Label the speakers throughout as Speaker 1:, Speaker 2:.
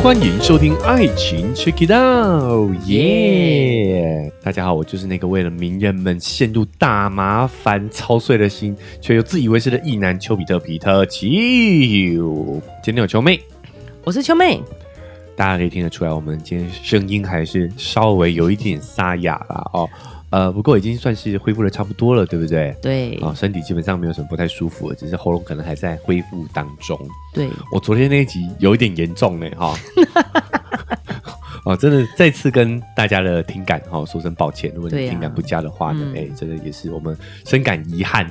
Speaker 1: 欢迎收听《爱情 Check It Out》，耶！大家好，我就是那个为了名人们陷入大麻烦、操碎了心却又自以为是的意男丘比特皮特丘。今天有丘妹，
Speaker 2: 我是秋妹，
Speaker 1: 大家可以听得出来，我们今天声音还是稍微有一点沙哑啦哦。呃，不过已经算是恢复的差不多了，对不对？
Speaker 2: 对
Speaker 1: 啊、身体基本上没有什么不太舒服了，只是喉咙可能还在恢复当中。
Speaker 2: 对，
Speaker 1: 我昨天那一集有一点严重呢， 哈。哦，真的，再次跟大家的听感哈、说声抱歉。如果
Speaker 2: 对
Speaker 1: 你
Speaker 2: 啊
Speaker 1: 听感不佳的话呢，
Speaker 2: 嗯
Speaker 1: 哎、真的也是我们深感遗憾。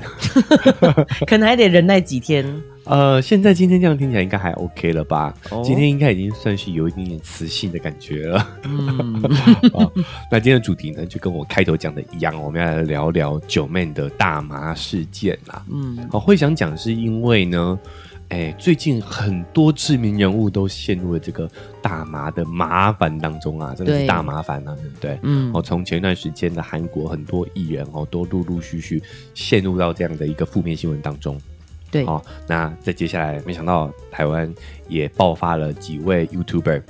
Speaker 2: 可能还得忍耐几天。
Speaker 1: 呃，现在今天这样听起来应该还 OK 了吧？
Speaker 2: 哦
Speaker 1: 今天应该已经算是有一点点磁性的感觉了。
Speaker 2: 嗯，
Speaker 1: 哦，那今天的主题呢，就跟我开头讲的一样，我们要来聊聊九妹的大麻事件啦。
Speaker 2: 嗯，
Speaker 1: 哦，会想讲是因为呢，哎，最近很多知名人物都陷入了这个大麻的麻烦当中啊，真的是
Speaker 2: 对
Speaker 1: 大麻烦啊，对不对？
Speaker 2: 嗯
Speaker 1: 哦，，从前一段时间的韩国很多艺人哦，都陆陆续续陷入到这样的一个负面新闻当中。
Speaker 2: 对，
Speaker 1: 哦，那在接下来，没想到台湾也爆发了几位 YouTuber，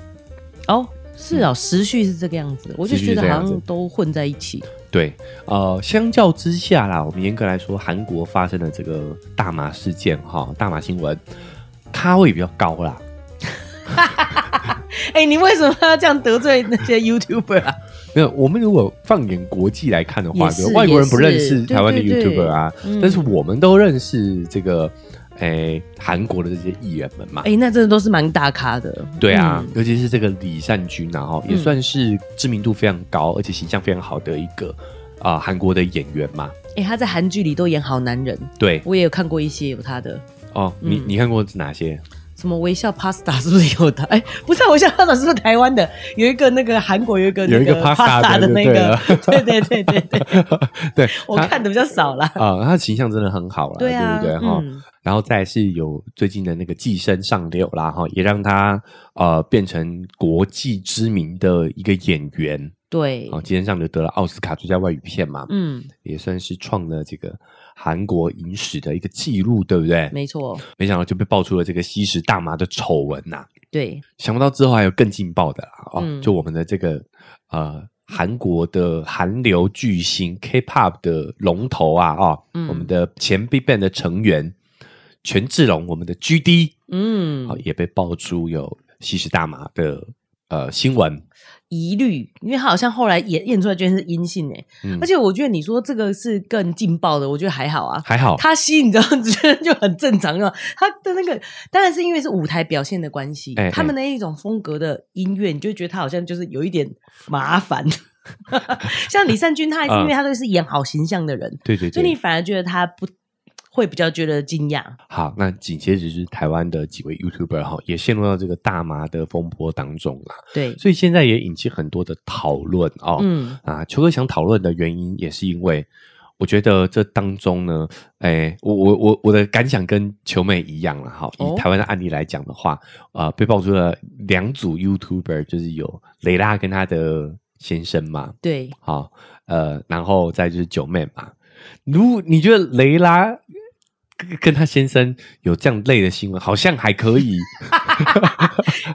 Speaker 2: 哦，是啊，时序嗯是这个样子，我就
Speaker 1: 时序
Speaker 2: 觉
Speaker 1: 是
Speaker 2: 得
Speaker 1: 这
Speaker 2: 好
Speaker 1: 样子
Speaker 2: 像都混在一起。
Speaker 1: 对，呃，相较之下啦，我们严格来说，韩国发生的这个大麻事件哈、大麻新闻，咖位比较高啦。
Speaker 2: 哎，你为什么要这样得罪那些 YouTuber 啊？
Speaker 1: 没有，我们如果放眼国际来看的话，
Speaker 2: 也是
Speaker 1: 对外国人不认识
Speaker 2: 也是
Speaker 1: 台湾的
Speaker 2: 对对对
Speaker 1: YouTuber 啊，
Speaker 2: 嗯
Speaker 1: 但是我们都认识这个，诶，韩国的这些艺人们嘛。
Speaker 2: 哎，那真的都是蛮大咖的。
Speaker 1: 对啊，
Speaker 2: 嗯
Speaker 1: 尤其是这个李善均啊，哈，也
Speaker 2: 嗯
Speaker 1: 算是知名度非常高，而且形象非常好的一个啊、韩国的演员嘛。
Speaker 2: 哎，他在韩剧里都演好男人，
Speaker 1: 对
Speaker 2: 我也有看过一些有他的。
Speaker 1: 哦，你
Speaker 2: 嗯
Speaker 1: 你看过哪些？
Speaker 2: 什么微笑 pasta 是不是有他？哎、不是啊微笑 pasta 是不是台湾的？有一个那个韩国有一个那
Speaker 1: 有一个 pasta 的
Speaker 2: 的
Speaker 1: 就
Speaker 2: 那
Speaker 1: 对
Speaker 2: 个
Speaker 1: 了，
Speaker 2: 对 对对对对，
Speaker 1: 对，
Speaker 2: 我
Speaker 1: 他
Speaker 2: 看的比较少啦。
Speaker 1: 啊、他的形象真的很好了，
Speaker 2: 对啊，
Speaker 1: 不对哈？
Speaker 2: 嗯
Speaker 1: 然后再来是有最近的那个《寄生上流》啦，哈，也让他呃变成国际知名的一个演员
Speaker 2: 对
Speaker 1: 啊，，哦《寄生上流》得了奥斯卡最佳外语片嘛，
Speaker 2: 嗯，
Speaker 1: 也算是创了这个韩国影史的一个记录，对不对？
Speaker 2: 没错，
Speaker 1: 没想到就被爆出了这个吸食大麻的丑闻呐、
Speaker 2: 对，
Speaker 1: 想不到之后还有更劲爆的啦，哦，
Speaker 2: 嗯
Speaker 1: 就我们的这个呃韩国的韩流巨星 K-pop 的龙头啊，哦，
Speaker 2: 嗯
Speaker 1: 我们的前 BigBang 的成员权志龙，我们的 GD
Speaker 2: 嗯
Speaker 1: 哦，，也被爆出有吸食大麻的呃新闻，
Speaker 2: 疑虑，因为他好像后来也验出来居然是阴性哎、
Speaker 1: 嗯
Speaker 2: 而且我觉得你说这个是更劲爆的，我觉得还好啊。
Speaker 1: 还好，
Speaker 2: 他吸你知道， 觉得就很正常啊。他的那个当然是因为是舞台表现的关系，
Speaker 1: 哎
Speaker 2: 他们那一种风格的音乐，你就觉得他好像就是有一点麻烦。 像李善均，他还是因为他都是演好形象的人，
Speaker 1: 对嗯对
Speaker 2: 所
Speaker 1: 对，
Speaker 2: 以你反而觉得他不会比较觉得惊讶。
Speaker 1: 好，那紧接着是台湾的几位 YouTuber 哈、也陷入到这个大麻的风波当中啦，
Speaker 2: 对，
Speaker 1: 所以现在也引起很多的讨论哦，
Speaker 2: 嗯，
Speaker 1: 啊，球哥想讨论的原因也是因为，我觉得这当中呢，哎，我我我我的感想跟球妹一样了哈。
Speaker 2: 哦
Speaker 1: 以台湾的案例来讲的话，呃，被爆出了两组 YouTuber，就是有蕾拉跟她的先生嘛，
Speaker 2: 对，
Speaker 1: 好、呃，然后再就是九妹嘛。如你觉得蕾拉跟跟她先生有这样类的新闻，好像还可以，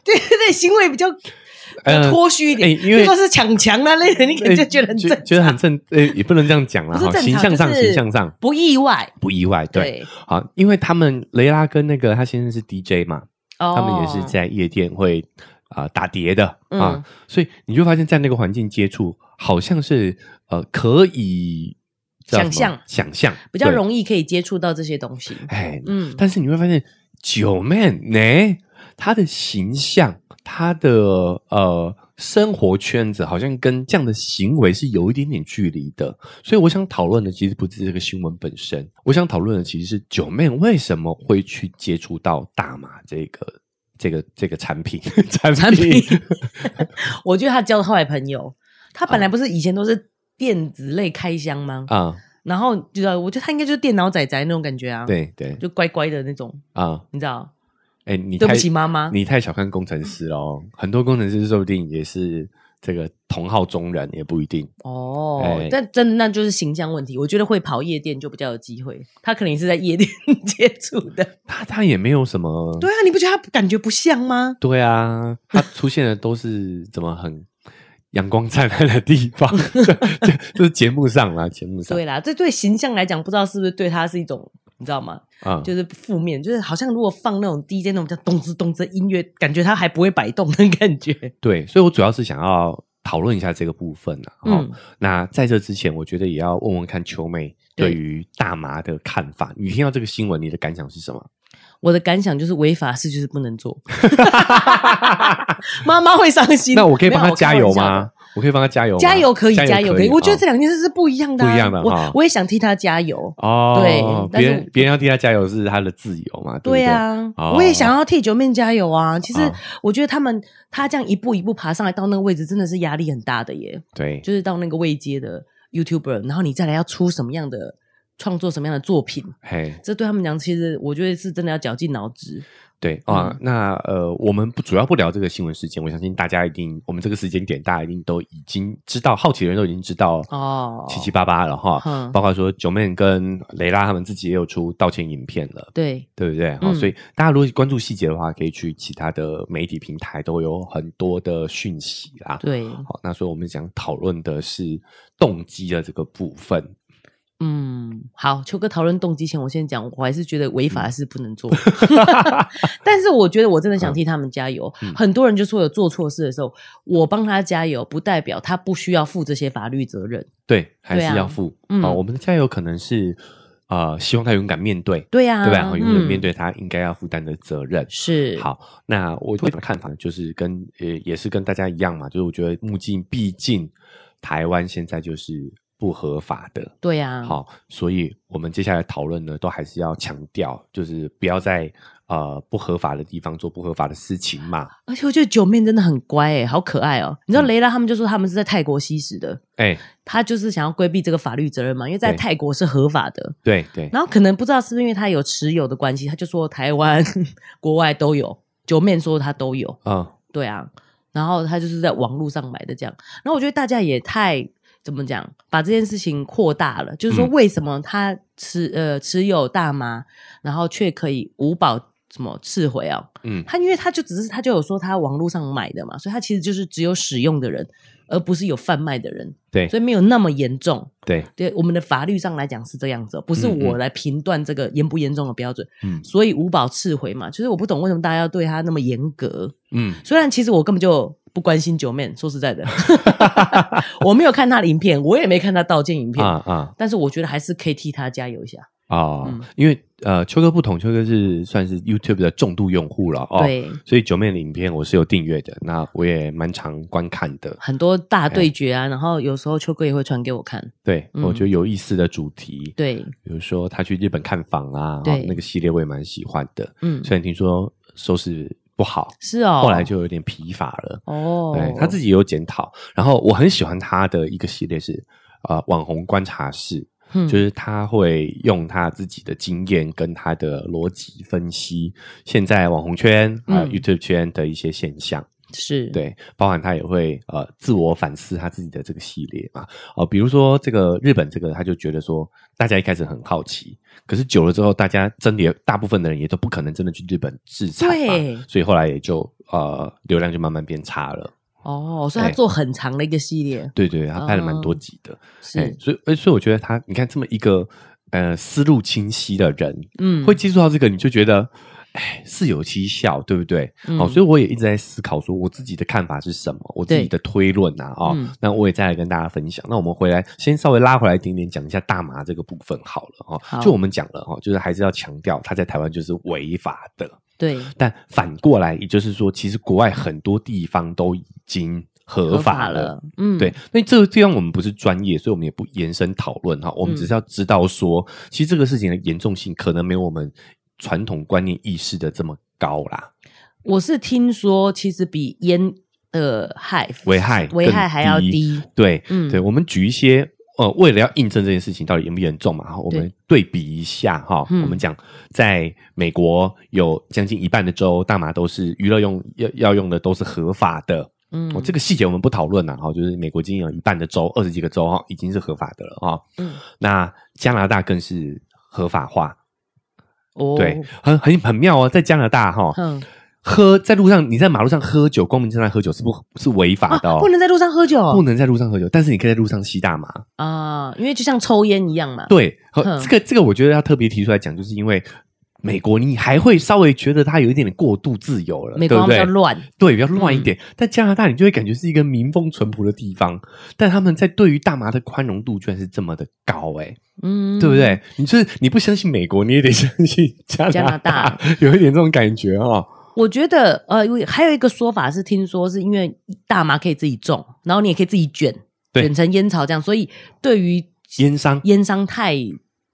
Speaker 2: 对对对，行为比较
Speaker 1: 呃
Speaker 2: 脱虚一点。
Speaker 1: 哎因为
Speaker 2: 如果是抢强啊那类的， 你可能就
Speaker 1: 哎
Speaker 2: 觉得很
Speaker 1: 觉
Speaker 2: 正常，
Speaker 1: 觉得很正，呃，也不能这样讲啦
Speaker 2: 不是
Speaker 1: 哈，
Speaker 2: 正常
Speaker 1: 形象上，
Speaker 2: 就是
Speaker 1: 形象上。
Speaker 2: 不意外。
Speaker 1: 不意外，对，
Speaker 2: 对，
Speaker 1: 好，因为他们雷拉跟那个他先生是 DJ 嘛，
Speaker 2: 哦
Speaker 1: 他们也是在夜店会啊、呃打碟的啊，
Speaker 2: 嗯
Speaker 1: 所以你就发现在那个环境接触，好像是呃可以叫什么
Speaker 2: 想象
Speaker 1: 想象
Speaker 2: 比较
Speaker 1: 易，
Speaker 2: 容易可以接触到这些东西。
Speaker 1: 哎，
Speaker 2: 嗯，
Speaker 1: 但是你会发现九妹呢，她的形象，她的呃生活圈子，好像跟这样的行为是有一点点距离的。所以我想讨论的其实不是这个新闻本身，我想讨论的其实是九妹为什么会去接触到大麻这个。这个 这个产品，产
Speaker 2: 产品，我觉得他交的坏朋友，他本来
Speaker 1: 嗯
Speaker 2: 不是以前都是电子类开箱吗？
Speaker 1: 啊、
Speaker 2: 然后就知道，我觉得他应该就是电脑仔仔那种感觉啊，，
Speaker 1: 对对
Speaker 2: 就乖乖的那种，
Speaker 1: 啊，
Speaker 2: 你知道？
Speaker 1: 哎、你
Speaker 2: 对
Speaker 1: 太
Speaker 2: 不起妈妈，
Speaker 1: 你太小看工程师了哦，很多工程师说不定也是这个同好中人也不一定。
Speaker 2: 哦，
Speaker 1: 哎
Speaker 2: 但真的那就是形象问题。我觉得会跑夜店就比较有机会，他肯定是在夜店 接触的。
Speaker 1: 他他也没有什么，
Speaker 2: 对啊，你不觉得他感觉不像吗？
Speaker 1: 对啊，他出现的都是怎么很阳光灿烂的地方， 这这这是节目上啦，节目上
Speaker 2: 对啦，这对形象来讲，不知道是不是对他是一种，你知道吗？
Speaker 1: 啊，
Speaker 2: 就是负面，就是好像如果放那种 DJ 那种叫咚吱咚吱的音乐，感觉他还不会摆动的感觉。
Speaker 1: 对，所以我主要是想要讨论一下这个部分啦。哦
Speaker 2: 嗯，
Speaker 1: 那在这之前，我觉得也要问问看秋妹
Speaker 2: 对
Speaker 1: 对于大麻的看法。你听到这个新闻，你的感想是什 么？
Speaker 2: 我的感想就是违法事就是不能做，妈妈会伤心。
Speaker 1: 那我可以帮
Speaker 2: 没
Speaker 1: 她
Speaker 2: 有
Speaker 1: 加油？
Speaker 2: 我开玩笑的
Speaker 1: 吗？我可以帮她加油吗？
Speaker 2: 加油可以，加油
Speaker 1: 油
Speaker 2: 可以。我觉得
Speaker 1: 哦
Speaker 2: 这两件事是不一样的啊，
Speaker 1: 不一样的哈
Speaker 2: 我我也想替他加油。
Speaker 1: 哦，
Speaker 2: 对但
Speaker 1: 别
Speaker 2: 是
Speaker 1: 人别人要替她加油是她的自由嘛？不
Speaker 2: 对啊，
Speaker 1: 哦
Speaker 2: 我也想要替九妹加油啊！其实
Speaker 1: 哦
Speaker 2: 我觉得他们他这样一步一步爬上来到那个位置，真的是压力很大的耶。
Speaker 1: 对，
Speaker 2: 就是到那个位阶的 YouTuber，然后你再来要出什么样的创作什么样的作品，
Speaker 1: 嘿，
Speaker 2: 这对他们讲，其实我觉得是真的要绞尽脑汁。
Speaker 1: 对
Speaker 2: 嗯
Speaker 1: 啊。那呃，我们不主要不聊这个新闻事件，我相信大家一定，我们这个时间点大家一定都已经知道，好奇的人都已经知道
Speaker 2: 哦
Speaker 1: 七七八八了哈。
Speaker 2: 嗯
Speaker 1: 包括说九妹跟雷拉他们自己也有出道歉影片了。
Speaker 2: 对，
Speaker 1: 对不对？好、
Speaker 2: 嗯
Speaker 1: 所以大家如果关注细节的话，可以去其他的媒体平台都有很多的讯息啦。
Speaker 2: 对，
Speaker 1: 好，那所以我们想讨论的是动机的这个部分。
Speaker 2: 嗯，好，秋哥讨论动机前，我先讲，我还是觉得违
Speaker 1: 嗯
Speaker 2: 法是不 能做，但是我觉得我真的想替他们加油。
Speaker 1: 嗯
Speaker 2: 很多人就说有做错事的时候，我帮他加油，不代表他不需要负这些法律责任。
Speaker 1: 对，还
Speaker 2: 对啊
Speaker 1: 是要付。啊、
Speaker 2: 嗯
Speaker 1: 我们的加油可能是呃，希望他勇敢面对，
Speaker 2: 对呀、啊，
Speaker 1: 对吧？好勇敢面
Speaker 2: 对、
Speaker 1: 对他应该要负担的责任。
Speaker 2: 是，
Speaker 1: 好，那我对的看法就是跟呃，也是跟大家一样嘛，就是我觉得目镜，毕竟台湾现在就是不合法的，
Speaker 2: 对呀、啊，，
Speaker 1: 好，所以我们接下来讨论呢，都还是要强调，就是不要在呃不合法的地方做不合法的事情嘛。
Speaker 2: 而且我觉得九面真的很乖哎、好可爱哦、你知道
Speaker 1: 嗯
Speaker 2: 雷拉他们就说他们是在泰国吸食的，
Speaker 1: 哎、
Speaker 2: 他就是想要规避这个法律责任嘛，因为在
Speaker 1: 对
Speaker 2: 泰国是合法的。
Speaker 1: 对对，
Speaker 2: 然后可能不知道是不是因为他有持有的关系，他就说台湾、 国外都有，九面说他都有，
Speaker 1: 嗯，
Speaker 2: 对啊。然后他就是在网络上买的这样。然后我觉得大家也太怎么讲，把这件事情扩大了，就是说
Speaker 1: 嗯
Speaker 2: 为什么他持呃持有大麻，然后却可以无保什么撤回啊？
Speaker 1: 嗯，
Speaker 2: 他因为他就只是他就有说他网络上买的嘛，所以他其实就是只有使用的人，而不是有贩卖的人，
Speaker 1: 对
Speaker 2: 所以没有那么严重。
Speaker 1: 对，
Speaker 2: 对我们的法律上来讲是这样子哦、不是
Speaker 1: 嗯嗯
Speaker 2: 我来评断这个严不严重的标准。
Speaker 1: 嗯
Speaker 2: 所以五保撤回嘛，就是我不懂为什么大家要对他那么严格。
Speaker 1: 嗯，
Speaker 2: 虽然其实我根本就不关心九妹，说实在的， 我没有看他的影片，我也没看他道歉影片，
Speaker 1: 啊啊
Speaker 2: 但是我觉得还是可以替他加油一下。
Speaker 1: 啊
Speaker 2: 嗯，
Speaker 1: 因为呃，秋哥不同，秋哥是算是 YouTube 的重度用户了哦。。
Speaker 2: 对，
Speaker 1: 所以九妹的影片我是有订阅的，那我也蛮常观看的。
Speaker 2: 很多
Speaker 1: 哎
Speaker 2: 大对决啊，然后有时候秋哥也会传给我看。
Speaker 1: 对，
Speaker 2: 嗯
Speaker 1: 我觉得有意思的主题，
Speaker 2: 对，
Speaker 1: 比如说他去日本看房啊，哦
Speaker 2: 对
Speaker 1: 那个系列我也蛮喜欢的。
Speaker 2: 嗯，
Speaker 1: 虽然听说收视不好，
Speaker 2: 是哦，
Speaker 1: 后来就有点疲乏了。
Speaker 2: 哦，
Speaker 1: 对他自己也有检讨，然后我很喜欢他的一个系列是呃网红观察室，
Speaker 2: 就
Speaker 1: 就是他会用他自己的经验跟他的逻辑分析现在网红圈还有
Speaker 2: 嗯
Speaker 1: YouTube 圈的一些现象，
Speaker 2: 是，
Speaker 1: 对，包含他也会呃自我反思他自己的这个系列嘛，哦、比如说这个日本这个，他就觉得说大家一开始很好奇，可是久了之后，大家真的也大部分的人也都不可能真的去日本制裁嘛，
Speaker 2: 对
Speaker 1: 所以后来也就呃流量就慢慢变差了。
Speaker 2: 哦，所以他
Speaker 1: 对
Speaker 2: 做很长的一个系列，
Speaker 1: 对对，他拍了蛮多
Speaker 2: 哦
Speaker 1: 集的，哎、
Speaker 2: 是，
Speaker 1: 所以哎所以我觉得他，你看这么一个呃思路清晰的人，
Speaker 2: 嗯，
Speaker 1: 会接触到这个，你就觉得。哎，是有蹊跷，对不对？好、
Speaker 2: 嗯
Speaker 1: 哦所以我也一直在思考，说我自己的看法是什么，我自己
Speaker 2: 对
Speaker 1: 的推论啊，哦，
Speaker 2: 嗯
Speaker 1: 那我也再来跟大家分享。那我们回来先稍微拉回来一点点，讲一下大麻这个部分好了哈、
Speaker 2: 好
Speaker 1: 就我们讲了哈、哦，就是还是要强调，它在台湾就是违法的，
Speaker 2: 对，
Speaker 1: 但反过来，也就是说，其实国外很多地方都已经合法了。，
Speaker 2: 嗯，
Speaker 1: 对，那这个地方我们不是专业，所以我们也不延伸讨论哈。我们
Speaker 2: 嗯
Speaker 1: 只是要知道说，其实这个事情的严重性可能没有我们传统观念意识的这么高啦。
Speaker 2: 我是听说其实比烟的害
Speaker 1: 危害
Speaker 2: 危害还要
Speaker 1: 更低
Speaker 2: 低，
Speaker 1: 对，
Speaker 2: 嗯
Speaker 1: 对，我们举一些呃，为了要印证这件事情到底严不严重嘛，然后我们对比一下哈。
Speaker 2: 嗯
Speaker 1: 我们讲，在美国有将近一半的州，大麻都是娱乐用要要用的都是合法的。
Speaker 2: 嗯
Speaker 1: 哦，这个细节我们不讨论了啊哈、就是美国今天有一半的州，二十几个州哈、已经是合法的了哈、
Speaker 2: 嗯
Speaker 1: 那加拿大更是合法化，
Speaker 2: 哦
Speaker 1: 对，很很很妙哦，在加拿大哈、
Speaker 2: 嗯
Speaker 1: 喝在路上，你在马路上喝酒，光明正大喝酒是不是违法的、哦
Speaker 2: 啊，不能在路上喝酒
Speaker 1: 不能在路上喝酒，但是你可以在路上吸大麻。
Speaker 2: 啊，因为就像抽烟一样嘛。
Speaker 1: 对，和
Speaker 2: 哼
Speaker 1: 这个这个我觉得要特别提出来讲，就是因为美国你还会稍微觉得它有一点点过度自由了，
Speaker 2: 美
Speaker 1: 对
Speaker 2: 国嗯
Speaker 1: 不
Speaker 2: 比较
Speaker 1: 对？
Speaker 2: 乱，
Speaker 1: 对，比较乱一点。但加拿大你就会感觉是一个民风淳朴的地方，但他们在对于大麻的宽容度居然是这么的高、欸，
Speaker 2: 嗯，
Speaker 1: 对不？对？你就是你不相信美国，你也得相信加拿大，
Speaker 2: 加拿大
Speaker 1: 有一点这种感觉哦。
Speaker 2: 我觉得呃，有还有一个说法是，听说是因为大麻可以自己种，然后你也可以自己卷，
Speaker 1: 对
Speaker 2: 卷成烟草这样，所以对于
Speaker 1: 烟商
Speaker 2: 烟商太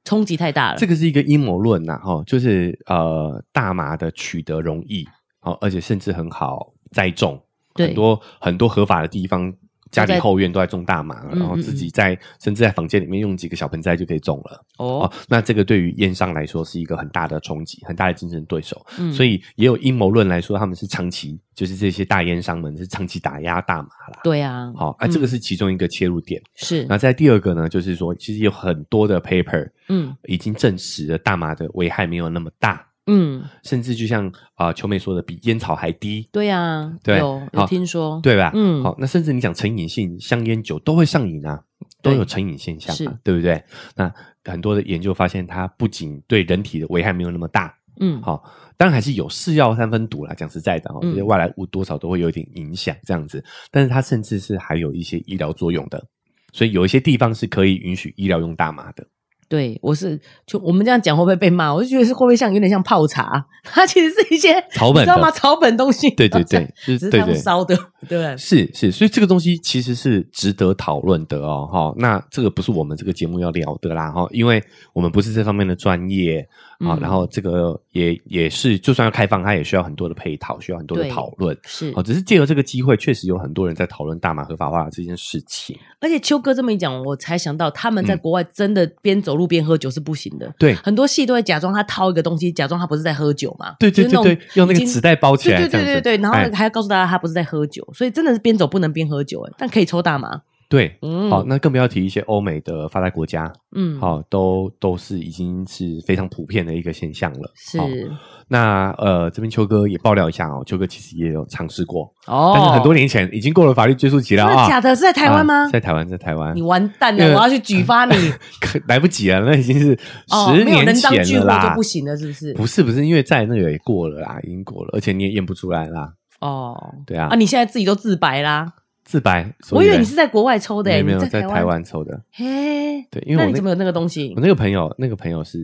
Speaker 2: 冲击太大了。
Speaker 1: 这个是一个阴谋论呐、哈、就是呃，大麻的取得容易，哦，而且甚至很好栽种，
Speaker 2: 对
Speaker 1: 很多很多合法的地方。家
Speaker 2: 都
Speaker 1: 里
Speaker 2: 在
Speaker 1: 后院都在种大麻，
Speaker 2: 嗯
Speaker 1: 然后自己在甚至在房间里面用几个小盆栽就可以种了
Speaker 2: 哦
Speaker 1: 哦。，那这个对于烟商来说是一个很大的冲击，很大的竞争对手。
Speaker 2: 嗯
Speaker 1: 所以也有阴谋论来说，他们是长期就是这些大烟商们是长期打压大麻啦。
Speaker 2: 对啊，
Speaker 1: 好、啊，
Speaker 2: 嗯
Speaker 1: 这个是其中一个切入点。
Speaker 2: 是
Speaker 1: 那在第二个呢，就是说其实有很多的 paper
Speaker 2: 嗯
Speaker 1: 已经证实了大麻的危害没有那么大，
Speaker 2: 嗯，
Speaker 1: 甚至就像啊、呃、秋妹说的，比烟草还低，
Speaker 2: 对啊，
Speaker 1: 对
Speaker 2: 有有
Speaker 1: 好
Speaker 2: 听说，
Speaker 1: 对吧？
Speaker 2: 嗯
Speaker 1: 好，那甚至你讲成瘾性，香烟酒都会上瘾啊，都
Speaker 2: 对
Speaker 1: 有成瘾现象
Speaker 2: 是
Speaker 1: 嘛，对不对？那很多的研究发现，它不仅对人体的危害没有那么大，
Speaker 2: 嗯
Speaker 1: 好、当然还是有是药三分毒啦。讲实在的，哈、哦
Speaker 2: 嗯
Speaker 1: 这些外来物多少都会有一点影响这样子，但是它甚至是还有一些医疗作用的，所以有一些地方是可以允许医疗用大麻的。
Speaker 2: 对，我是就我们这样讲会不会被骂？我就觉得是会不会像有点像泡茶， 它其实是一些
Speaker 1: 草本
Speaker 2: 你知道
Speaker 1: 的
Speaker 2: 吗？草本东西，
Speaker 1: 对对对，
Speaker 2: 只
Speaker 1: 就是
Speaker 2: 是
Speaker 1: 对
Speaker 2: 他们
Speaker 1: 对。
Speaker 2: 烧的，对，
Speaker 1: 是是，所以这个东西其实是值得讨论的哦，哈、那这个不是我们这个节目要聊的啦，哈、因为我们不是这方面的专业啊、
Speaker 2: 嗯
Speaker 1: 然后这个也也是，就算要开放，它也需要很多的配套，需要很多的
Speaker 2: 对
Speaker 1: 讨论。
Speaker 2: 是
Speaker 1: 哦，只是借由这个机会，确实有很多人在讨论大麻合法化这件事情。
Speaker 2: 而且秋哥这么一讲，我才想到他们在
Speaker 1: 嗯
Speaker 2: 国外真的边走路边喝酒是不行的。
Speaker 1: 对
Speaker 2: 很多戏都会假装他掏一个东西，假装他不是在喝酒嘛。
Speaker 1: 对对
Speaker 2: 就是
Speaker 1: 对
Speaker 2: 种
Speaker 1: 对，用那个
Speaker 2: 已经
Speaker 1: 纸袋包起
Speaker 2: 对
Speaker 1: 来，
Speaker 2: 对对
Speaker 1: 这样
Speaker 2: 对
Speaker 1: 子
Speaker 2: 对，然
Speaker 1: 哎
Speaker 2: 后还要告诉大家他不是在喝酒，所以真的是边走不能边喝酒，哎但可以抽大麻。
Speaker 1: 对。
Speaker 2: 嗯，
Speaker 1: 好，那更不要提一些欧美的发达国家，
Speaker 2: 嗯，
Speaker 1: 好，都都是已经是非常普遍的一个现象了。
Speaker 2: 是
Speaker 1: 好那呃，这边秋哥也爆料一下哦，秋哥其实也有尝试过，
Speaker 2: 哦，
Speaker 1: 但是很多年前已经过了法律追溯期了
Speaker 2: 真的
Speaker 1: 啊。
Speaker 2: 假的？是在台湾吗
Speaker 1: 啊？在台湾，在台湾
Speaker 2: 你，完蛋了，
Speaker 1: 因为
Speaker 2: 我要去举 发你。
Speaker 1: 来不及了，那已经是
Speaker 2: 哦，
Speaker 1: 十
Speaker 2: 没有
Speaker 1: 年
Speaker 2: 人当
Speaker 1: 前
Speaker 2: 剧
Speaker 1: 了
Speaker 2: 我就
Speaker 1: 啦
Speaker 2: 不。行了，是不是？
Speaker 1: 不是不是，因为在那个也过了啦，已经过了，而且你也验不出来啦。
Speaker 2: 哦，
Speaker 1: 对啊
Speaker 2: 啊，，你现在自己都自白啦。
Speaker 1: 自白。所
Speaker 2: 我以为
Speaker 1: 嘞
Speaker 2: 你是在国外抽的，
Speaker 1: 没
Speaker 2: 哎
Speaker 1: 有没有
Speaker 2: 你
Speaker 1: 在台
Speaker 2: 台。
Speaker 1: 湾抽的。
Speaker 2: 嘿，
Speaker 1: 对，因为
Speaker 2: 那
Speaker 1: 我
Speaker 2: 你
Speaker 1: 那
Speaker 2: 怎么有那个东西
Speaker 1: 我？那个朋友，那个朋友是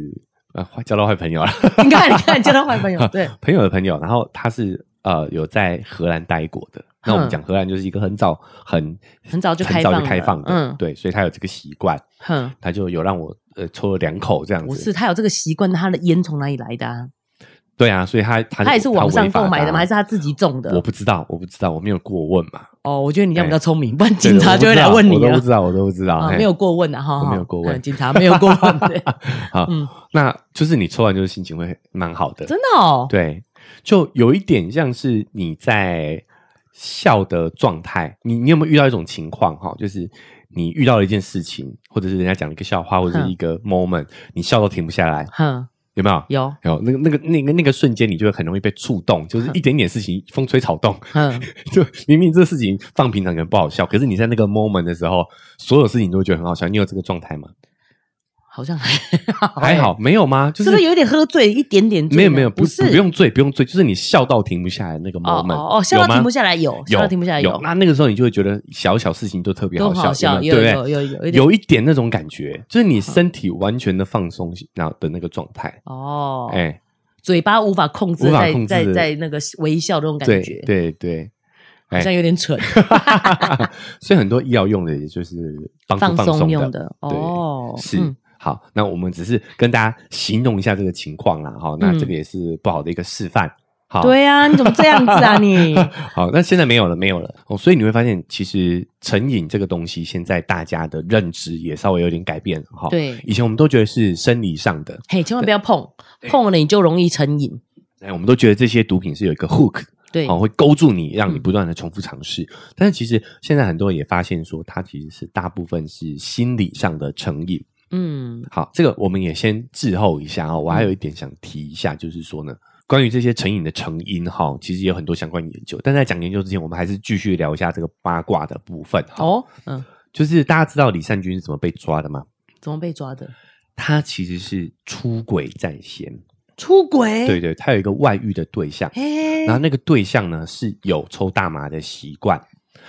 Speaker 1: 呃坏交到坏朋友了，
Speaker 2: 你看，你看，交到坏朋友， 对，
Speaker 1: 朋友的朋友，然后他是呃有在荷兰待过的。那我们
Speaker 2: 哼
Speaker 1: 讲荷兰就是一个很早很
Speaker 2: 嗯很早就
Speaker 1: 很
Speaker 2: 开
Speaker 1: 早
Speaker 2: 放
Speaker 1: 就开
Speaker 2: 了
Speaker 1: 放的，
Speaker 2: 嗯
Speaker 1: 对，所以他有这个习惯，
Speaker 2: 哼，
Speaker 1: 他就有让我呃抽了两口这样
Speaker 2: 不
Speaker 1: 子
Speaker 2: 是。他有这个习惯，他的烟从哪里来的啊？
Speaker 1: 对啊，所以他他
Speaker 2: 他也是网上
Speaker 1: 违法
Speaker 2: 购买
Speaker 1: 啊
Speaker 2: 的吗？还是他自己种
Speaker 1: 我
Speaker 2: 的？
Speaker 1: 不知道，我不知道，我没有过问嘛。
Speaker 2: 哦，我觉得你这样
Speaker 1: 哎
Speaker 2: 比较聪明，不然警察就
Speaker 1: 对
Speaker 2: 会来问你
Speaker 1: 我都
Speaker 2: 了
Speaker 1: 不知。道，我都不知道，我都不知道
Speaker 2: 啊，
Speaker 1: 嘿
Speaker 2: 没有过问啊，哈，
Speaker 1: 我
Speaker 2: 哈
Speaker 1: 没有过问
Speaker 2: 嗯警察没有过 问，对
Speaker 1: 好
Speaker 2: 嗯，
Speaker 1: 那就是你抽完就是心情会蛮好的，
Speaker 2: 真的哦，
Speaker 1: 对，就有一点像是你在笑的状态。你你有没有遇到一种情况哈？就是你遇到了一件事情，或者是人家讲了一个笑话，或者是一个 moment，你笑都停不下来，
Speaker 2: 哼，
Speaker 1: 有没有？
Speaker 2: 有，
Speaker 1: 有那个那个那个那个瞬间，你就会很容易被触动，就是一点点事情风吹草动，
Speaker 2: 哼，
Speaker 1: 就明明这事情放平常可能不好笑，可是你在那个 moment 的时候，所有事情都会觉得很好笑。你有这个状态
Speaker 2: 哦
Speaker 1: 吗？
Speaker 2: 好 像还好，哎
Speaker 1: 还好，没有吗？就是
Speaker 2: 不是有点喝醉，一点点醉呢？啊
Speaker 1: 没有没有，
Speaker 2: 不
Speaker 1: 不
Speaker 2: 是，
Speaker 1: 不用醉，不用醉，就是你笑到停不下来那个
Speaker 2: 哦
Speaker 1: moment，
Speaker 2: 哦哦，笑
Speaker 1: 有
Speaker 2: 到
Speaker 1: 吗
Speaker 2: 停不下来，有，
Speaker 1: 有
Speaker 2: 笑到停不下来，
Speaker 1: 有。那那个时候你就会觉得小小事情都特别
Speaker 2: 都
Speaker 1: 笑，
Speaker 2: 好笑，
Speaker 1: 有
Speaker 2: 有
Speaker 1: 没有
Speaker 2: 有有
Speaker 1: 对
Speaker 2: 有
Speaker 1: 不
Speaker 2: 一
Speaker 1: 对？
Speaker 2: 点
Speaker 1: 有一点那种感觉，就是你身体完全的放松，然后的那个状态，
Speaker 2: 哦，
Speaker 1: 哎，
Speaker 2: 嘴巴无法控制，
Speaker 1: 无法
Speaker 2: 在
Speaker 1: 控制
Speaker 2: 在在那个微笑的那种感
Speaker 1: 对
Speaker 2: 觉，
Speaker 1: 对哎对，
Speaker 2: 好像有点蠢，
Speaker 1: 所以很多医药用的，也就是帮助
Speaker 2: 放
Speaker 1: 放松
Speaker 2: 松用
Speaker 1: 的，
Speaker 2: 的
Speaker 1: 对
Speaker 2: 哦，
Speaker 1: 是。
Speaker 2: 嗯
Speaker 1: 好，那我们只是跟大家形容一下这个情况啦，哈，那
Speaker 2: 嗯
Speaker 1: 这个也是不好的一个示范。好，
Speaker 2: 对啊，你怎么这样子啊你？
Speaker 1: 好，那现在没有了，没有了哦，所以你会发现，其实成瘾这个东西，现在大家的认知也稍微有点改变了哈。
Speaker 2: 对
Speaker 1: 以前我们都觉得是生理上的，
Speaker 2: 嘿，千万不要碰，碰了你就容易成瘾。
Speaker 1: 哎，我们都觉得这些毒品是有一个 hook，
Speaker 2: 对
Speaker 1: 哦，会勾住你，让你
Speaker 2: 嗯
Speaker 1: 不断的重复尝试。但是其实现在很多人也发现说，它其实是大部分是心理上的成瘾。
Speaker 2: 嗯
Speaker 1: 好，这个我们也先滞后一下哦。我还有一点想提一下，就是说呢，关于这些成瘾的成因哈、其实也有很多相关研究。但在讲研究之前，我们还是继续聊一下这个八卦的部分。好，
Speaker 2: 哦嗯，
Speaker 1: 就是大家知道李善均是怎么被抓的吗？
Speaker 2: 怎么被抓的？
Speaker 1: 他其实是出轨在先，
Speaker 2: 出轨？
Speaker 1: 对，对，他有一个外遇的对象，
Speaker 2: 嘿，
Speaker 1: 然后那个对象呢是有抽大麻的习惯，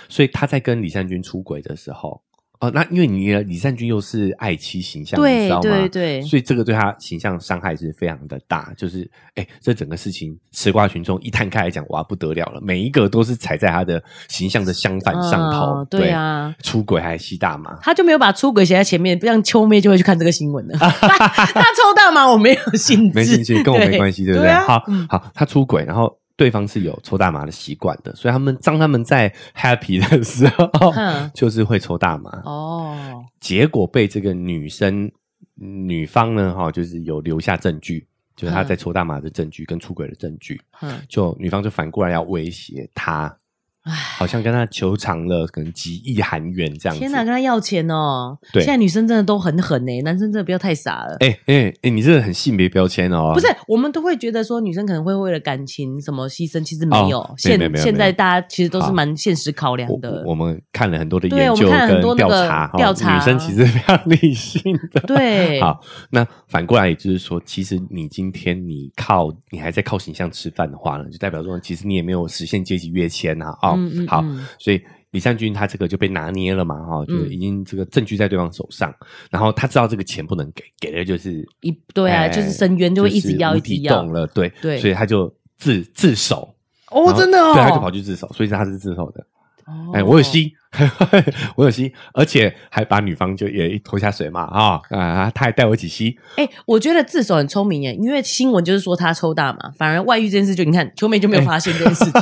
Speaker 1: 所以他在跟李善均出轨的时候，哦，那因为你的李善均又是爱妻形象，你知
Speaker 2: 对
Speaker 1: 道吗？
Speaker 2: 对对
Speaker 1: 所以这个对他形象伤害是非常的大。就是，哎，这整个事情吃瓜群众一摊开来讲，哇，不得了了，每一个都是踩在他的形象的相反上头，
Speaker 2: 嗯对啊
Speaker 1: 出轨还吸大 麻，
Speaker 2: 他就没有把出轨写在前面，不然秋妹就会去看这个新闻 了。 那抽大麻我没有兴致，
Speaker 1: 没兴趣，跟我没关系，对不对？
Speaker 2: 啊
Speaker 1: 好
Speaker 2: 嗯
Speaker 1: 好，他出轨，然后对方是有抽大麻的习惯的，所以他们当他们在 happy 的时候
Speaker 2: 哼，
Speaker 1: 就是会抽大麻。
Speaker 2: 嗯哦，
Speaker 1: 结果被这个女生女方呢，哈、就是有留下证据，就是她在抽大麻的证据跟出轨的证据，
Speaker 2: 嗯，
Speaker 1: 就女方就反过来要威胁他，
Speaker 2: 唉，
Speaker 1: 好像跟他求偿了可能几亿韩元这样子。
Speaker 2: 哎天哪，跟他要钱哦！
Speaker 1: 对
Speaker 2: 现在女生真的都很狠呢、欸男生真的不要太傻了。
Speaker 1: 哎哎哎，你这个很性别标签哦，
Speaker 2: 不是，我们都会觉得说女生可能会为了感情什么牺牲，其实没有。
Speaker 1: 哦没有
Speaker 2: 现
Speaker 1: 没有没有
Speaker 2: 现在大家其实都是
Speaker 1: 好
Speaker 2: 蛮现实考量
Speaker 1: 我
Speaker 2: 的。
Speaker 1: 我们看了很多的
Speaker 2: 对
Speaker 1: 研
Speaker 2: 我
Speaker 1: 究
Speaker 2: 们看了很
Speaker 1: 跟
Speaker 2: 多那
Speaker 1: 调
Speaker 2: 个
Speaker 1: 查，哈
Speaker 2: 调查
Speaker 1: 女生其实非常理性的。
Speaker 2: 对，
Speaker 1: 好， 那反过来也就是说，其实你今天你靠你还在靠形象吃饭的话呢，就代表说其实你也没有实现阶级跃迁啊。哦，
Speaker 2: 嗯嗯
Speaker 1: 好
Speaker 2: 嗯，
Speaker 1: 所以李善均他这个就被拿捏了嘛，哈、哦，就是
Speaker 2: 嗯
Speaker 1: 已经这个证据在对方手上，然后他知道这个钱不能给，给了就是
Speaker 2: 一对啊，
Speaker 1: 哎
Speaker 2: 就是深渊就会一直要
Speaker 1: 无
Speaker 2: 一直
Speaker 1: 底
Speaker 2: 要。
Speaker 1: 洞了，对
Speaker 2: 对
Speaker 1: 所以他就自自首。
Speaker 2: 哦，
Speaker 1: 然后
Speaker 2: 真的哦，
Speaker 1: 对，他就跑去自首，所以他是自首的。
Speaker 2: 哦
Speaker 1: 哎、我有。吸， 我有吸，而且还把女方就也拖下水嘛啊啊！他还带我一起吸，
Speaker 2: 哎、我觉得自首很聪明耶，因为新闻就是说他抽大麻，反而外遇这件事就你看秋妹就没有发现这件事 情，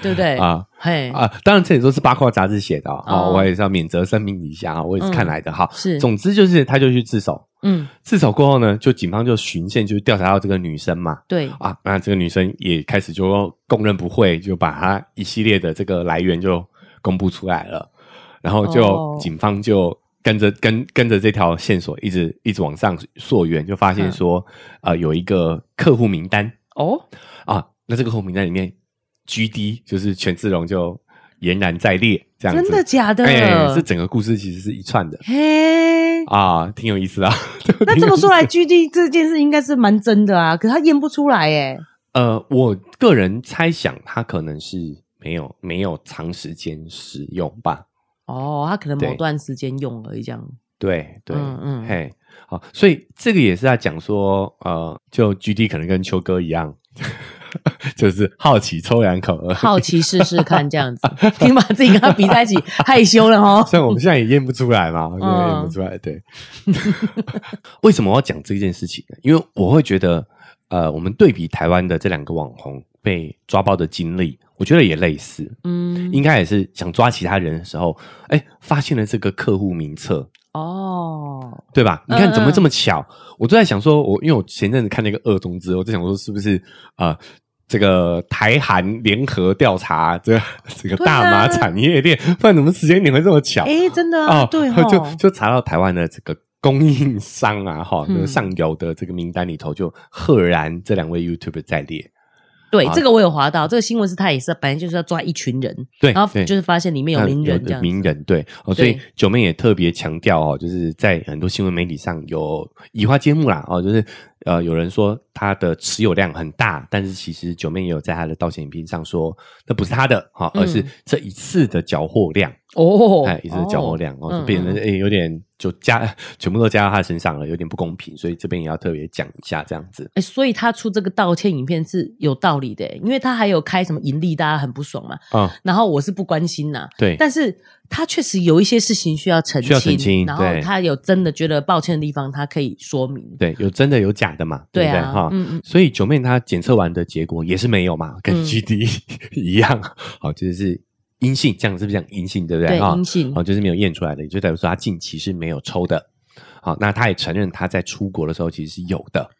Speaker 2: 对不对？
Speaker 1: 啊
Speaker 2: 嘿，
Speaker 1: 啊！当然这也都是八卦杂志写的啊、
Speaker 2: 哦嗯
Speaker 1: 我也是要免责声明一下啊，我也是看来的哈、
Speaker 2: 是
Speaker 1: 总之就是他就去自首，
Speaker 2: 嗯，
Speaker 1: 自首过后呢，就警方就循线就调查到这个女生嘛。
Speaker 2: 对，
Speaker 1: 啊，那这个女生也开始就供认不讳，就把她一系列的这个来源就公布出来了，然后就、
Speaker 2: 哦
Speaker 1: 警方就跟着跟跟着这条线索一直一直往上溯源，就发现
Speaker 2: 嗯
Speaker 1: 说，呃，有一个客户名单
Speaker 2: 哦，
Speaker 1: 啊，那这个客户名单里面，GD 就是权志龙就俨然在列，这样子，
Speaker 2: 真的假的？
Speaker 1: 哎，这整个故事其实是一串的
Speaker 2: 嘿，
Speaker 1: 啊，挺有意思的啊。
Speaker 2: 那这么说来，G D 这件事应该是蛮真的啊，可他验不出来哎。
Speaker 1: 呃，我个人猜想，他可能是没有没有长时间使用吧。
Speaker 2: 哦，他可能
Speaker 1: 对
Speaker 2: 某段时间用而已，这 样。
Speaker 1: 对对，
Speaker 2: 嗯嗯
Speaker 1: 嘿，好，所以这个也是在讲说，呃，就 G D 可能跟秋哥一样， 就是好奇抽两口而已。
Speaker 2: 好奇试试看，这样子，你把自己跟他比在一起，害羞了哦。
Speaker 1: 虽然我们现在也验不出来嘛，
Speaker 2: 嗯
Speaker 1: 现在验不出来。对， 为什么我要讲这件事情呢？因为我会觉得，呃，我们对比台湾的这两个网红被抓包的经历，我觉得也类似。
Speaker 2: 嗯，
Speaker 1: 应该也是想抓其他人的时候，哎，发现了这个客户名册，
Speaker 2: 哦，
Speaker 1: 对吧？你看
Speaker 2: 嗯
Speaker 1: 怎么会这么巧？我都在想说，我因为我前阵子看那个二中之后，我在想说是不是呃，这个台韩联合调查这这个
Speaker 2: 对
Speaker 1: 大
Speaker 2: 啊
Speaker 1: 麻产业链，不然怎么时间点会这么巧？
Speaker 2: 哎，真的啊，对
Speaker 1: 然后
Speaker 2: 哦
Speaker 1: 哦 就，就查到台湾的这个供应商啊，哈，
Speaker 2: 嗯
Speaker 1: 就是上游的这个名单里头，就赫然这两位 YouTube 在列，
Speaker 2: 对
Speaker 1: 啊
Speaker 2: 这个我有划到，这个新闻是他也是，本来就是要抓一群人，
Speaker 1: 对，
Speaker 2: 然后
Speaker 1: 对
Speaker 2: 就是发现里面有
Speaker 1: 那
Speaker 2: 名人这
Speaker 1: 的
Speaker 2: 样子。
Speaker 1: 名人对哦，所以
Speaker 2: 对
Speaker 1: 九妹也特别强调哦，就是在很多新闻媒体上有移花接木啦哦，就是呃有人说他的持有量很大，但是其实九妹也有在她的道歉影片上说那不是他的哈、哦，
Speaker 2: 嗯
Speaker 1: 而是这一次的缴获量，
Speaker 2: 哦，
Speaker 1: 哎，一次的缴获量哦，
Speaker 2: 嗯
Speaker 1: 就变成、哎有点就加 全部都加到他身上了，有点不公平，所以这边也要特别讲一下这样子。
Speaker 2: 哎、所以他出这个道歉影片是有道理的、因为他还有开什么盈利，大家很不爽嘛。
Speaker 1: 嗯，
Speaker 2: 然后我是不关心呐、
Speaker 1: 对，
Speaker 2: 但是他确实有一些事情需要澄
Speaker 1: 需
Speaker 2: 清，
Speaker 1: 要澄清
Speaker 2: 然后
Speaker 1: 对
Speaker 2: 他有真的觉得抱歉的地方，他可以说明。
Speaker 1: 对，有真的有假的嘛，对不对
Speaker 2: 啊，
Speaker 1: 哈？
Speaker 2: 嗯嗯，
Speaker 1: 所以九妹她检测完的结果也是没有嘛，跟
Speaker 2: 嗯
Speaker 1: GD 一样，好、就是阴性，这样是不是讲阴性，对不对
Speaker 2: 对，
Speaker 1: 啊？
Speaker 2: 阴性，
Speaker 1: 哦，就是没有验出来的，也就代表说她近期是没有抽的。好、那她也承认她在出国的时候其实是有的，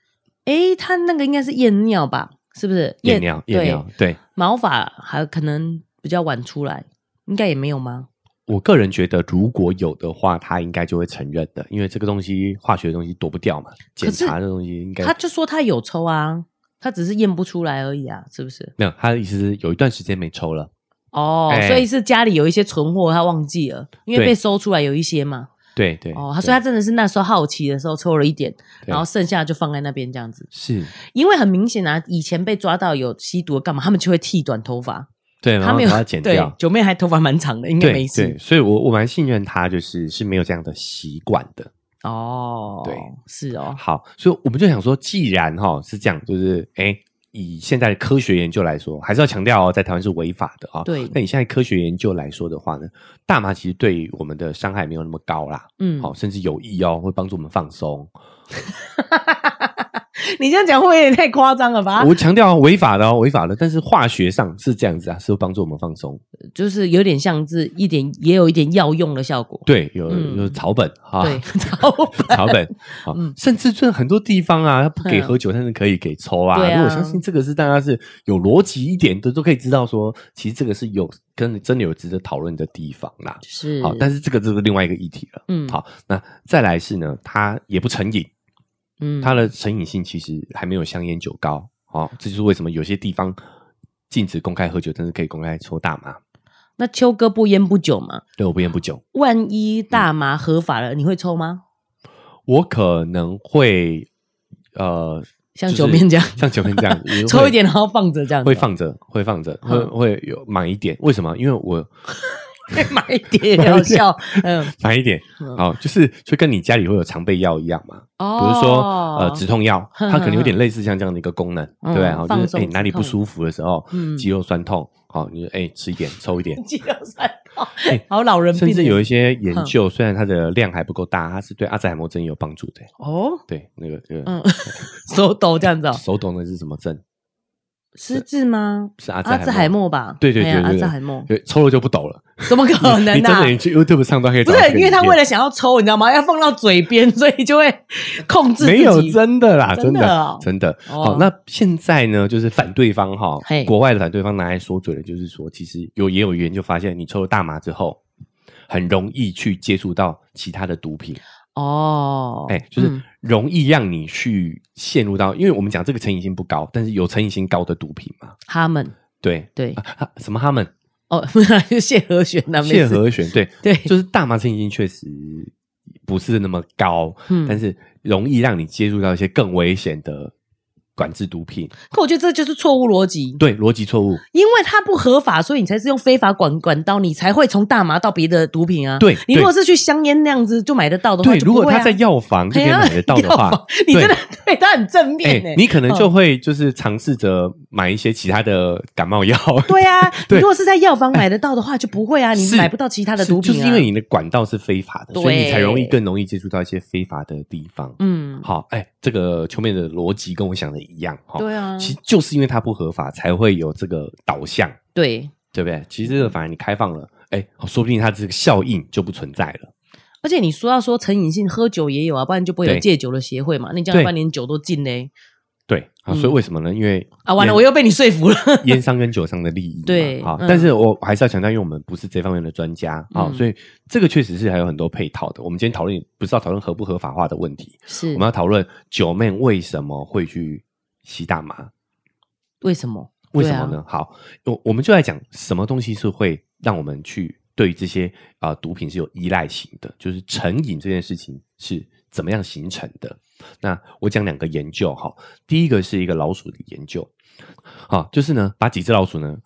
Speaker 2: 哎、他那个应该是验尿吧？是不是？
Speaker 1: 夜尿夜尿，对
Speaker 2: 毛发还可能比较晚出来，应该也没有吗？
Speaker 1: 我个人觉得，如果有的话，他应该就会承认的，因为这个东西化学的东西躲不掉嘛，检
Speaker 2: 是
Speaker 1: 查的东西应该
Speaker 2: 他就说他有抽啊，他只是验不出来而已啊，是不是？
Speaker 1: 没有。他的意思是有一段时间没抽了，
Speaker 2: 哦，
Speaker 1: 哎
Speaker 2: 所以是家里有一些存货他忘记了，因为
Speaker 1: 对
Speaker 2: 被搜出来有一些嘛。
Speaker 1: 对对。
Speaker 2: 哦，
Speaker 1: 对
Speaker 2: 他说他真的是那时候好奇的时候抽了一点，
Speaker 1: 对
Speaker 2: 然后剩下就放在那边这样子。
Speaker 1: 是
Speaker 2: 因为很明显啊，以前被抓到有吸毒的干嘛，他们就会剃短头发。
Speaker 1: 对，然
Speaker 2: 他
Speaker 1: 后
Speaker 2: 没
Speaker 1: 把
Speaker 2: 有
Speaker 1: 它剪掉
Speaker 2: 对，。九妹还头发蛮长的，应该
Speaker 1: 对
Speaker 2: 没
Speaker 1: 对，
Speaker 2: 事。
Speaker 1: 所以我我蛮信任他，就是是没有这样的习惯的。
Speaker 2: 哦，
Speaker 1: 对，
Speaker 2: 是哦，
Speaker 1: 好，所以我们就想说，既然哈、是这样，就是哎，以现在的科学研究来说，还是要强调哦，在台湾是违法的啊、
Speaker 2: 对
Speaker 1: 那以现在科学研究来说的话呢，大麻其实对于我们的伤害没有那么高啦，
Speaker 2: 嗯，
Speaker 1: 好、甚至有益哦，会帮助我们放松。
Speaker 2: 你这样讲会不会有点太夸张了吧？
Speaker 1: 我强调、哦、违法的哦，违法的，但是化学上是这样子啊，是会帮助我们放松。
Speaker 2: 就是有点像是一点，也有一点药用的效果。
Speaker 1: 对，有、
Speaker 2: 嗯
Speaker 1: 有草本哈。
Speaker 2: 对，超烦
Speaker 1: 啊草本，好，
Speaker 2: 嗯
Speaker 1: 甚至就是很多地方啊，他不给
Speaker 2: 嗯
Speaker 1: 喝酒，但是可以给抽啊。
Speaker 2: 对啊
Speaker 1: 如果相信这个是大家是有逻辑一点的，都可以知道说，其实这个是有跟真的有值得讨论的地方啦。哦
Speaker 2: 是
Speaker 1: 好，但是这个就是另外一个议题了。
Speaker 2: 嗯
Speaker 1: 好，那再来是呢，他也不成瘾，
Speaker 2: 嗯
Speaker 1: 他的成瘾性其实还没有香烟酒高。哦，这就是为什么有些地方禁止公开喝酒，但是可以公开抽大麻。
Speaker 2: 那秋哥不烟不酒嘛，
Speaker 1: 对，我不烟不酒，
Speaker 2: 万一
Speaker 1: 嗯
Speaker 2: 大麻合法了，你会抽吗？
Speaker 1: 我可能会呃，
Speaker 2: 像
Speaker 1: 就是
Speaker 2: 九面这样，
Speaker 1: 像九面这样也会
Speaker 2: 抽一点然后放着这样子，
Speaker 1: 会放着，会放着，会
Speaker 2: 嗯
Speaker 1: 会有买一点。为什么？因为我
Speaker 2: 买一点也好 笑，嗯，
Speaker 1: 买一点，
Speaker 2: 嗯
Speaker 1: 好，就是就跟你家里会有常备药一样嘛。
Speaker 2: 哦
Speaker 1: 比如说呃止痛 药，
Speaker 2: 哼
Speaker 1: 它可能有点类似像这样的一个功能，对
Speaker 2: 嗯
Speaker 1: 不对？好就
Speaker 2: 放
Speaker 1: 是
Speaker 2: 松
Speaker 1: 哎哪里
Speaker 2: 止
Speaker 1: 不
Speaker 2: 痛
Speaker 1: 舒服的时候
Speaker 2: 嗯，
Speaker 1: 肌肉酸痛，好，你就哎吃一点，抽 一点。
Speaker 2: 肌肉酸痛
Speaker 1: 哎，
Speaker 2: 好老人病，
Speaker 1: 甚至有一些研
Speaker 2: 嗯
Speaker 1: 究，虽然它的量还不够大，它是对阿兹海默症有帮助的。
Speaker 2: 哦，
Speaker 1: 对，那个这个
Speaker 2: 嗯，手抖这样子哦，
Speaker 1: 手抖那是什么症？
Speaker 2: 失智吗？
Speaker 1: 是阿兹
Speaker 2: 阿兹海
Speaker 1: 海默。
Speaker 2: 默吧？
Speaker 1: 对对
Speaker 2: 哎呀
Speaker 1: 对对，
Speaker 2: 阿
Speaker 1: 对
Speaker 2: 兹海默，
Speaker 1: 对，抽了就不抖了。
Speaker 2: 怎么可 能
Speaker 1: 你真
Speaker 2: 啊
Speaker 1: 的，你？去 YouTube 上都可以
Speaker 2: 不
Speaker 1: 找
Speaker 2: 是
Speaker 1: 到这个影片。
Speaker 2: 因为他为了想要抽，你知道吗？要放到嘴边，所以就会控制自己。
Speaker 1: 没有真的啦，
Speaker 2: 真
Speaker 1: 真
Speaker 2: 的
Speaker 1: 的
Speaker 2: 哦
Speaker 1: 真的。
Speaker 2: 哦
Speaker 1: 好，那现在呢，就是反对方哈
Speaker 2: 嘿，
Speaker 1: 国外的反对方拿来说嘴的，就是说，其实有也有研究发现，你抽了大麻之后，很容易去接触到其他的毒品，
Speaker 2: 哦，
Speaker 1: 哎，就是
Speaker 2: 嗯
Speaker 1: 容易让你去陷入到，因为我们讲这个成瘾性不高，但是有成瘾性高的毒品嘛，
Speaker 2: 他们
Speaker 1: 对。
Speaker 2: 对
Speaker 1: 啊啊什么他们
Speaker 2: 哦， 不然就谢和弦那
Speaker 1: 谢和弦 对
Speaker 2: 对
Speaker 1: 就是大麻成瘾性确实不是那么高，
Speaker 2: 嗯
Speaker 1: 但是容易让你接触到一些更危险的管制毒品，
Speaker 2: 可我觉得这就是错误逻辑，
Speaker 1: 对逻辑错误，
Speaker 2: 因为它不合法，所以你才是用非法管管道，你才会从大麻到别的毒品啊。
Speaker 1: 对
Speaker 2: 你如果是去香烟那样子就买得到的话，
Speaker 1: 对，
Speaker 2: 就
Speaker 1: 如
Speaker 2: 不会
Speaker 1: 果
Speaker 2: 啊
Speaker 1: 他在药房就可以买得到的
Speaker 2: 哎呀药
Speaker 1: 话
Speaker 2: 房， 你
Speaker 1: 对
Speaker 2: 真的对他很正面
Speaker 1: 哎
Speaker 2: 呢。
Speaker 1: 你可能就
Speaker 2: 嗯
Speaker 1: 会就是尝试着买一些其他的感冒药。
Speaker 2: 对啊，你
Speaker 1: 对哎
Speaker 2: 如果是在药房买得到的话，就 不会啊，你
Speaker 1: 是
Speaker 2: 买不到其他的
Speaker 1: 是
Speaker 2: 毒品
Speaker 1: 就
Speaker 2: 啊。
Speaker 1: 是因为你的管道是非法的，所以
Speaker 2: 对
Speaker 1: 你才容易更容易接触到一些非法的地方。
Speaker 2: 嗯，
Speaker 1: 好，哎，这个球面的逻辑跟我想的一样哈。
Speaker 2: 对啊，
Speaker 1: 其实就是因为它不合法，才会有这个导向，
Speaker 2: 对，
Speaker 1: 对不对？其实
Speaker 2: 嗯
Speaker 1: 这个反而你开放了，哎，说不定它这个效应就不存在了。
Speaker 2: 而且你说要说成瘾性，喝酒也有啊，不然就不会有
Speaker 1: 对
Speaker 2: 戒酒的协会嘛。那你这样
Speaker 1: 对
Speaker 2: 不然连酒都禁嘞
Speaker 1: 对啊，
Speaker 2: 嗯
Speaker 1: 所以为什么呢？因为
Speaker 2: 啊！完了，
Speaker 1: 烟
Speaker 2: 我又被你说服了。
Speaker 1: 烟商跟酒商的利益嘛，
Speaker 2: 对
Speaker 1: 啊
Speaker 2: 嗯，
Speaker 1: 但是我还是要强调，因为我们不是这方面的专家啊，
Speaker 2: 嗯
Speaker 1: 所以这个确实是还有很多配套的。我们今天讨论不是要讨论合不合法化的问题，
Speaker 2: 是
Speaker 1: 我们要讨论九妹为什么会去吸大麻，
Speaker 2: 为什么？
Speaker 1: 为什么呢？好，我我们就来讲什么东西是会让我们去对于这些啊、呃毒品是有依赖性的，就是成瘾这件事情是怎么样形成的。那我讲两个研究哈，第一个是一个老鼠的研究，啊，就是呢把几只老鼠呢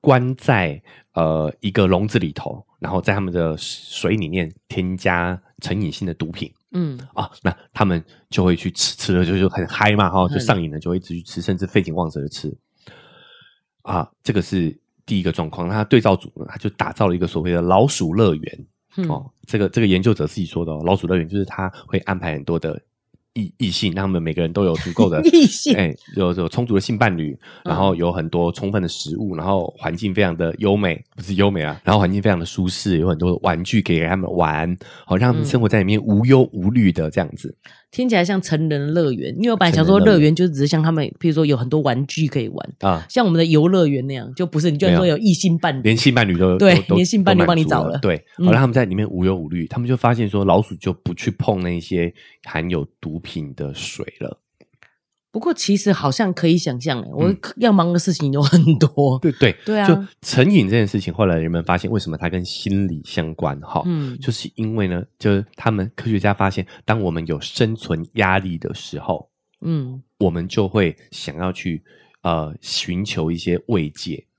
Speaker 1: 关在呃一个笼子里头，然后在它们的水里面添加成瘾性的毒品。
Speaker 2: 对啊？嗯，
Speaker 1: 啊，那他们就会去吃，吃了就就很嗨嘛，哈、
Speaker 2: 嗯
Speaker 1: 就上瘾了，就会一直去吃，甚至废寝忘食的吃。啊，这个是第一个状况。那他对照组呢，他就打造了一个所谓的老鼠乐园。
Speaker 2: 嗯
Speaker 1: 哦，这个这个研究者自己说的哦，老鼠乐园就是他会安排很多的异异性，让他们每个人都有足够 的
Speaker 2: 异性
Speaker 1: 哎、有有充足的性伴侣，
Speaker 2: 嗯
Speaker 1: 然后有很多充分的食物，然后环境非常的优美，不是优美啊，然后环境非常的舒适，有很多的玩具可以给他们玩，好、让他们
Speaker 2: 嗯
Speaker 1: 生活在里面无忧无虑的这样子。
Speaker 2: 听起来像成人乐园，因为我本来想
Speaker 1: 成
Speaker 2: 说
Speaker 1: 人乐
Speaker 2: 乐
Speaker 1: 园
Speaker 2: 园就只是像他们，譬如说有很多玩具可以玩，
Speaker 1: 啊，
Speaker 2: 像我们的游乐园那样，就不是你就
Speaker 1: 没有
Speaker 2: 说有异性伴侣，
Speaker 1: 连性伴侣都
Speaker 2: 对
Speaker 1: 都都
Speaker 2: 连性伴侣
Speaker 1: 都满
Speaker 2: 帮你
Speaker 1: 足
Speaker 2: 找
Speaker 1: 了，
Speaker 2: 了
Speaker 1: 对，
Speaker 2: 嗯
Speaker 1: 好让他们在里面无忧无虑，他们就发现说老鼠就不去碰那些含有毒品的水了，
Speaker 2: 不过其实好像可以想象，哎，我
Speaker 1: 嗯
Speaker 2: 要忙的事情有很 多。
Speaker 1: 对对
Speaker 2: 对啊
Speaker 1: 就成瘾这件事情，后来人们发现为什么它跟心理相关哈，
Speaker 2: 嗯，
Speaker 1: 就是因为呢，就是他们科学家发现，当我们有生存压力的时候，
Speaker 2: 嗯，
Speaker 1: 我们就会想要去呃寻求一些慰藉。
Speaker 2: 嗯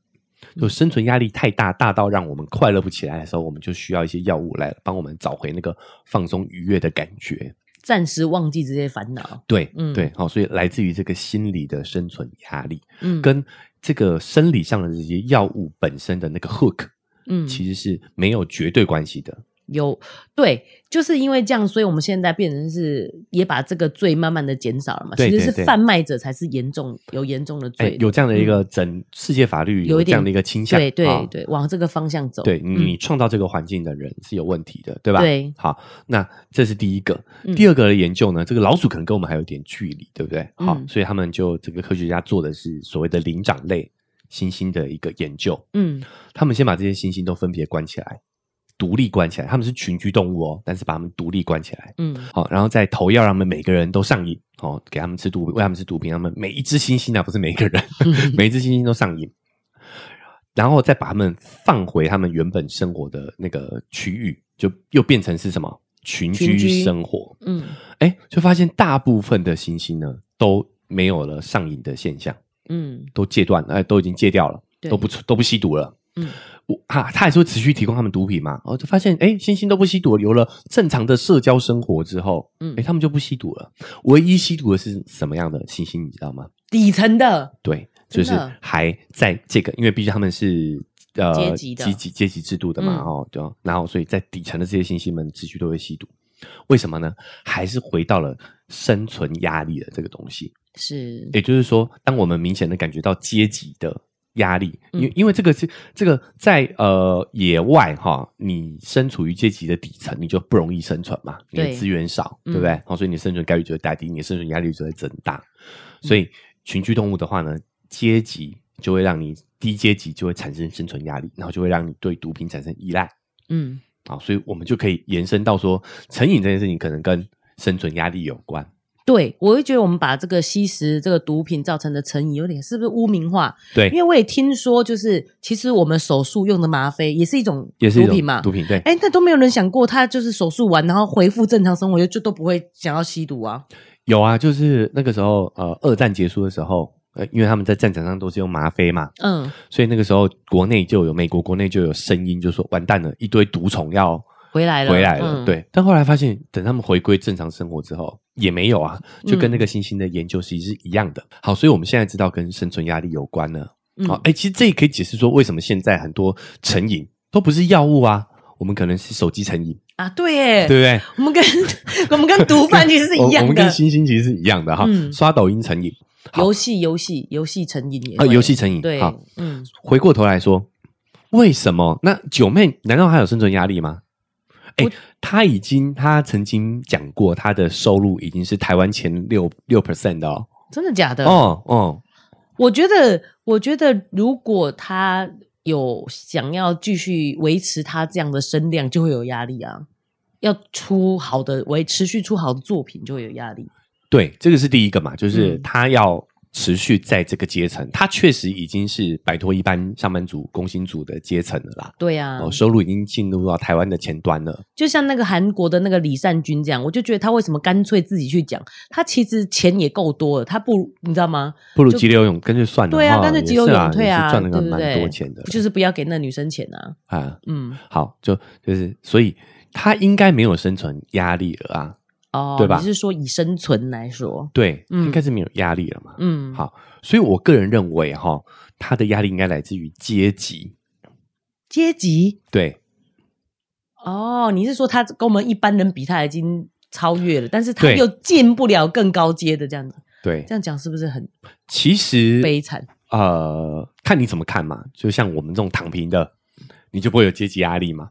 Speaker 1: 就生存压力太大，大到让我们快乐不起来的时候，我们就需要一些药物来帮我们找回那个放松愉悦的感觉。
Speaker 2: 暂时忘记这些烦恼。
Speaker 1: 对，
Speaker 2: 嗯
Speaker 1: 对，好、所以来自于这个心理的生存压力，
Speaker 2: 嗯，
Speaker 1: 跟这个生理上的这些药物本身的那个 hook，
Speaker 2: 嗯
Speaker 1: 其实是没有绝对关系的。
Speaker 2: 有对，就是因为这样，所以我们现在变成是也把这个罪慢慢的减少了嘛。
Speaker 1: 对
Speaker 2: 其实
Speaker 1: 对
Speaker 2: 是
Speaker 1: 对
Speaker 2: 贩卖者才是严重有严重的
Speaker 1: 哎
Speaker 2: 罪，的。
Speaker 1: 有这样的一个整世界法律
Speaker 2: 嗯有一
Speaker 1: 这样
Speaker 2: 点
Speaker 1: 的一个倾向，
Speaker 2: 对对、
Speaker 1: 啊
Speaker 2: 对，往这个方向走。
Speaker 1: 对
Speaker 2: 嗯
Speaker 1: 你创造这个环境的人是有问题的，对吧？
Speaker 2: 对
Speaker 1: 好，那这是第一个。
Speaker 2: 嗯
Speaker 1: 第二个的研究呢，这个老鼠可能跟我们还有点距离，对不对？好，
Speaker 2: 嗯
Speaker 1: 所以他们就这个科学家做的是所谓的灵长类猩猩的一个研究，
Speaker 2: 嗯
Speaker 1: 他们先把这些猩猩都分别关起来，独立关起来，他们是群居动物哦，但是把它们独立关起来。
Speaker 2: 嗯
Speaker 1: 好，然后再投药让他们每个人都上瘾，哦，给他们吃毒，喂他们吃毒品，他们每一只猩猩啊，不是每一 个人，每一只猩猩都上瘾，然后再把他们放回他们原本生活的那个区域，就又变成是什么群
Speaker 2: 群居
Speaker 1: 居生活，
Speaker 2: 嗯
Speaker 1: 哎，就发现大部分的猩猩呢都没有了上瘾的现象，
Speaker 2: 嗯
Speaker 1: 都戒断，哎、都已经戒掉了，
Speaker 2: 对
Speaker 1: 都不都不吸毒了。
Speaker 2: 嗯，
Speaker 1: 我他他还是会持续提供他们毒品嘛，哦，就发现哎，星星都不吸毒了，有了正常的社交生活之后，
Speaker 2: 嗯
Speaker 1: 嗯，哎，他们就不吸毒了。唯一吸毒的是什么样的星星，你知道吗？
Speaker 2: 底层的
Speaker 1: 对，就是
Speaker 2: 真的
Speaker 1: 还在这个，因为毕竟他们是呃
Speaker 2: 阶级的
Speaker 1: 阶级阶级制度的嘛，
Speaker 2: 嗯
Speaker 1: 哦，对哦然后所以在底层的这些星星们持续都会吸毒，为什么呢？还是回到了生存压力的这个东西。
Speaker 2: 是
Speaker 1: 也就是说，当我们明显的感觉到阶级的压力，因、
Speaker 2: 嗯
Speaker 1: 因为这个是这个在呃野外哈，你身处于阶级的底层，你就不容易生存嘛，你的
Speaker 2: 对
Speaker 1: 资源少，
Speaker 2: 嗯
Speaker 1: 对不对？好、所以你生存概率就会大低，你的生存压力就会增大。
Speaker 2: 嗯
Speaker 1: 所以群居动物的话呢，阶级就会让你低阶级就会产生生存压力，然后就会让你对毒品产生依赖。
Speaker 2: 嗯
Speaker 1: 啊，所以我们就可以延伸到说，成瘾这件事情可能跟生存压力有关。
Speaker 2: 对，我会觉得我们把这个吸食这个毒品造成的成瘾，有点是不是污名化？
Speaker 1: 对
Speaker 2: 因，为我也听说，就是其实我们手术用的吗啡也是一种
Speaker 1: 也是一
Speaker 2: 毒
Speaker 1: 种
Speaker 2: 品嘛。
Speaker 1: 毒品对。
Speaker 2: 哎、那都没有人想过，他就是手术完，然后恢复正常生活，就就都不会想要吸毒啊。
Speaker 1: 有啊，就是那个时候，呃，二战结束的时候，呃，因为他们在战场上都是用吗啡嘛，
Speaker 2: 嗯，
Speaker 1: 所以那个时候国内就有美国国内就有声音，就说完蛋了，一堆毒虫要
Speaker 2: 回来了，
Speaker 1: 回来了。
Speaker 2: 嗯、，
Speaker 1: 对，但后来发现，等他们回归正常生活之后，也没有啊，就
Speaker 2: 嗯
Speaker 1: 跟那个星星的研究其实是一样的。好，所以我们现在知道跟生存压力有关呢。
Speaker 2: 嗯
Speaker 1: 好、哎、其实这也可以解释说，为什么现在很多成瘾都不是药物啊，我们可能是手机成瘾，
Speaker 2: 啊，对耶，
Speaker 1: 对不对？
Speaker 2: 我们跟我们跟毒贩其实是一
Speaker 1: 我我
Speaker 2: 样
Speaker 1: 们跟
Speaker 2: 的，
Speaker 1: 星星其实是一样的哈，
Speaker 2: 嗯
Speaker 1: 刷抖音成瘾。好
Speaker 2: 游戏游戏游戏成瘾也
Speaker 1: 啊，
Speaker 2: 会
Speaker 1: 游戏成瘾。
Speaker 2: 对
Speaker 1: 好，，
Speaker 2: 嗯，
Speaker 1: 回过头来说，为什么那九妹难道她有生存压力吗？哎
Speaker 2: 我，
Speaker 1: 她已经，她曾经讲过，她的收入已经是台湾前六六 percent 的哦。
Speaker 2: 真的假的？
Speaker 1: 哦哦，
Speaker 2: 我觉得，我觉得如果他有想要继续维持他这样的声量，就会有压力啊。要出好的维持续出好的作品，就会有压力。
Speaker 1: 对，这个是第一个嘛，就是
Speaker 2: 嗯
Speaker 1: 她要持续在这个阶层，她确实已经是摆脱一般上班族、工薪族的阶层了啦。
Speaker 2: 对啊，
Speaker 1: 哦，收入已经进入到台湾的前端了。
Speaker 2: 就像那个韩国的那个李善均这样，我就觉得他为什么干脆自己去讲？他其实钱也够多了，他不，你知道吗？
Speaker 1: 不如急流勇，干脆算了。
Speaker 2: 对啊，
Speaker 1: 哈
Speaker 2: 干脆急流勇退
Speaker 1: 哦也
Speaker 2: 啊，
Speaker 1: 是赚了
Speaker 2: 对
Speaker 1: 个
Speaker 2: 不
Speaker 1: 蛮
Speaker 2: 对？
Speaker 1: 多钱的了
Speaker 2: 就是不要给那女生钱啊。
Speaker 1: 啊。
Speaker 2: 嗯，
Speaker 1: 好，就就是，所以他应该没有生存压力了啊，
Speaker 2: 哦，
Speaker 1: 对吧
Speaker 2: 你是说以生存来说？
Speaker 1: 对，
Speaker 2: 嗯
Speaker 1: 应该是没有压力了嘛。
Speaker 2: 嗯，
Speaker 1: 好所以我个人认为哈，他的压力应该来自于阶级，
Speaker 2: 阶级
Speaker 1: 对
Speaker 2: 哦，你是说他跟我们一般人比，他已经超越了，但是他
Speaker 1: 对
Speaker 2: 又进不了更高阶的这样子。
Speaker 1: 对
Speaker 2: 这，样讲是不是很
Speaker 1: 其实
Speaker 2: 悲惨？
Speaker 1: 呃，看你怎么看嘛，就像我们这种躺平的，你就不会有阶级压力 嘛。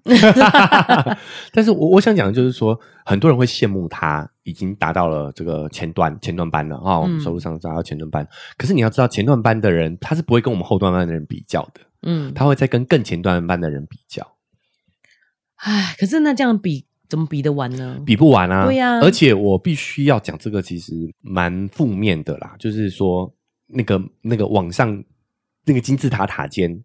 Speaker 1: 但是我我想讲的就是说，很多人会羡慕他已经达到了这个前段前段班了啊、哦，我们
Speaker 2: 嗯
Speaker 1: 收入上达到前段班。可是你要知道，前段班的人他是不会跟我们后段班的人比较的，
Speaker 2: 嗯，
Speaker 1: 他会在跟更前段班的人比较，
Speaker 2: 唉，可是那这样比怎么比得完呢？
Speaker 1: 比不完啊。
Speaker 2: 对呀
Speaker 1: 而且我必须要讲这个，其实蛮负面的啦，就是说那个那个往上那个金字塔塔尖，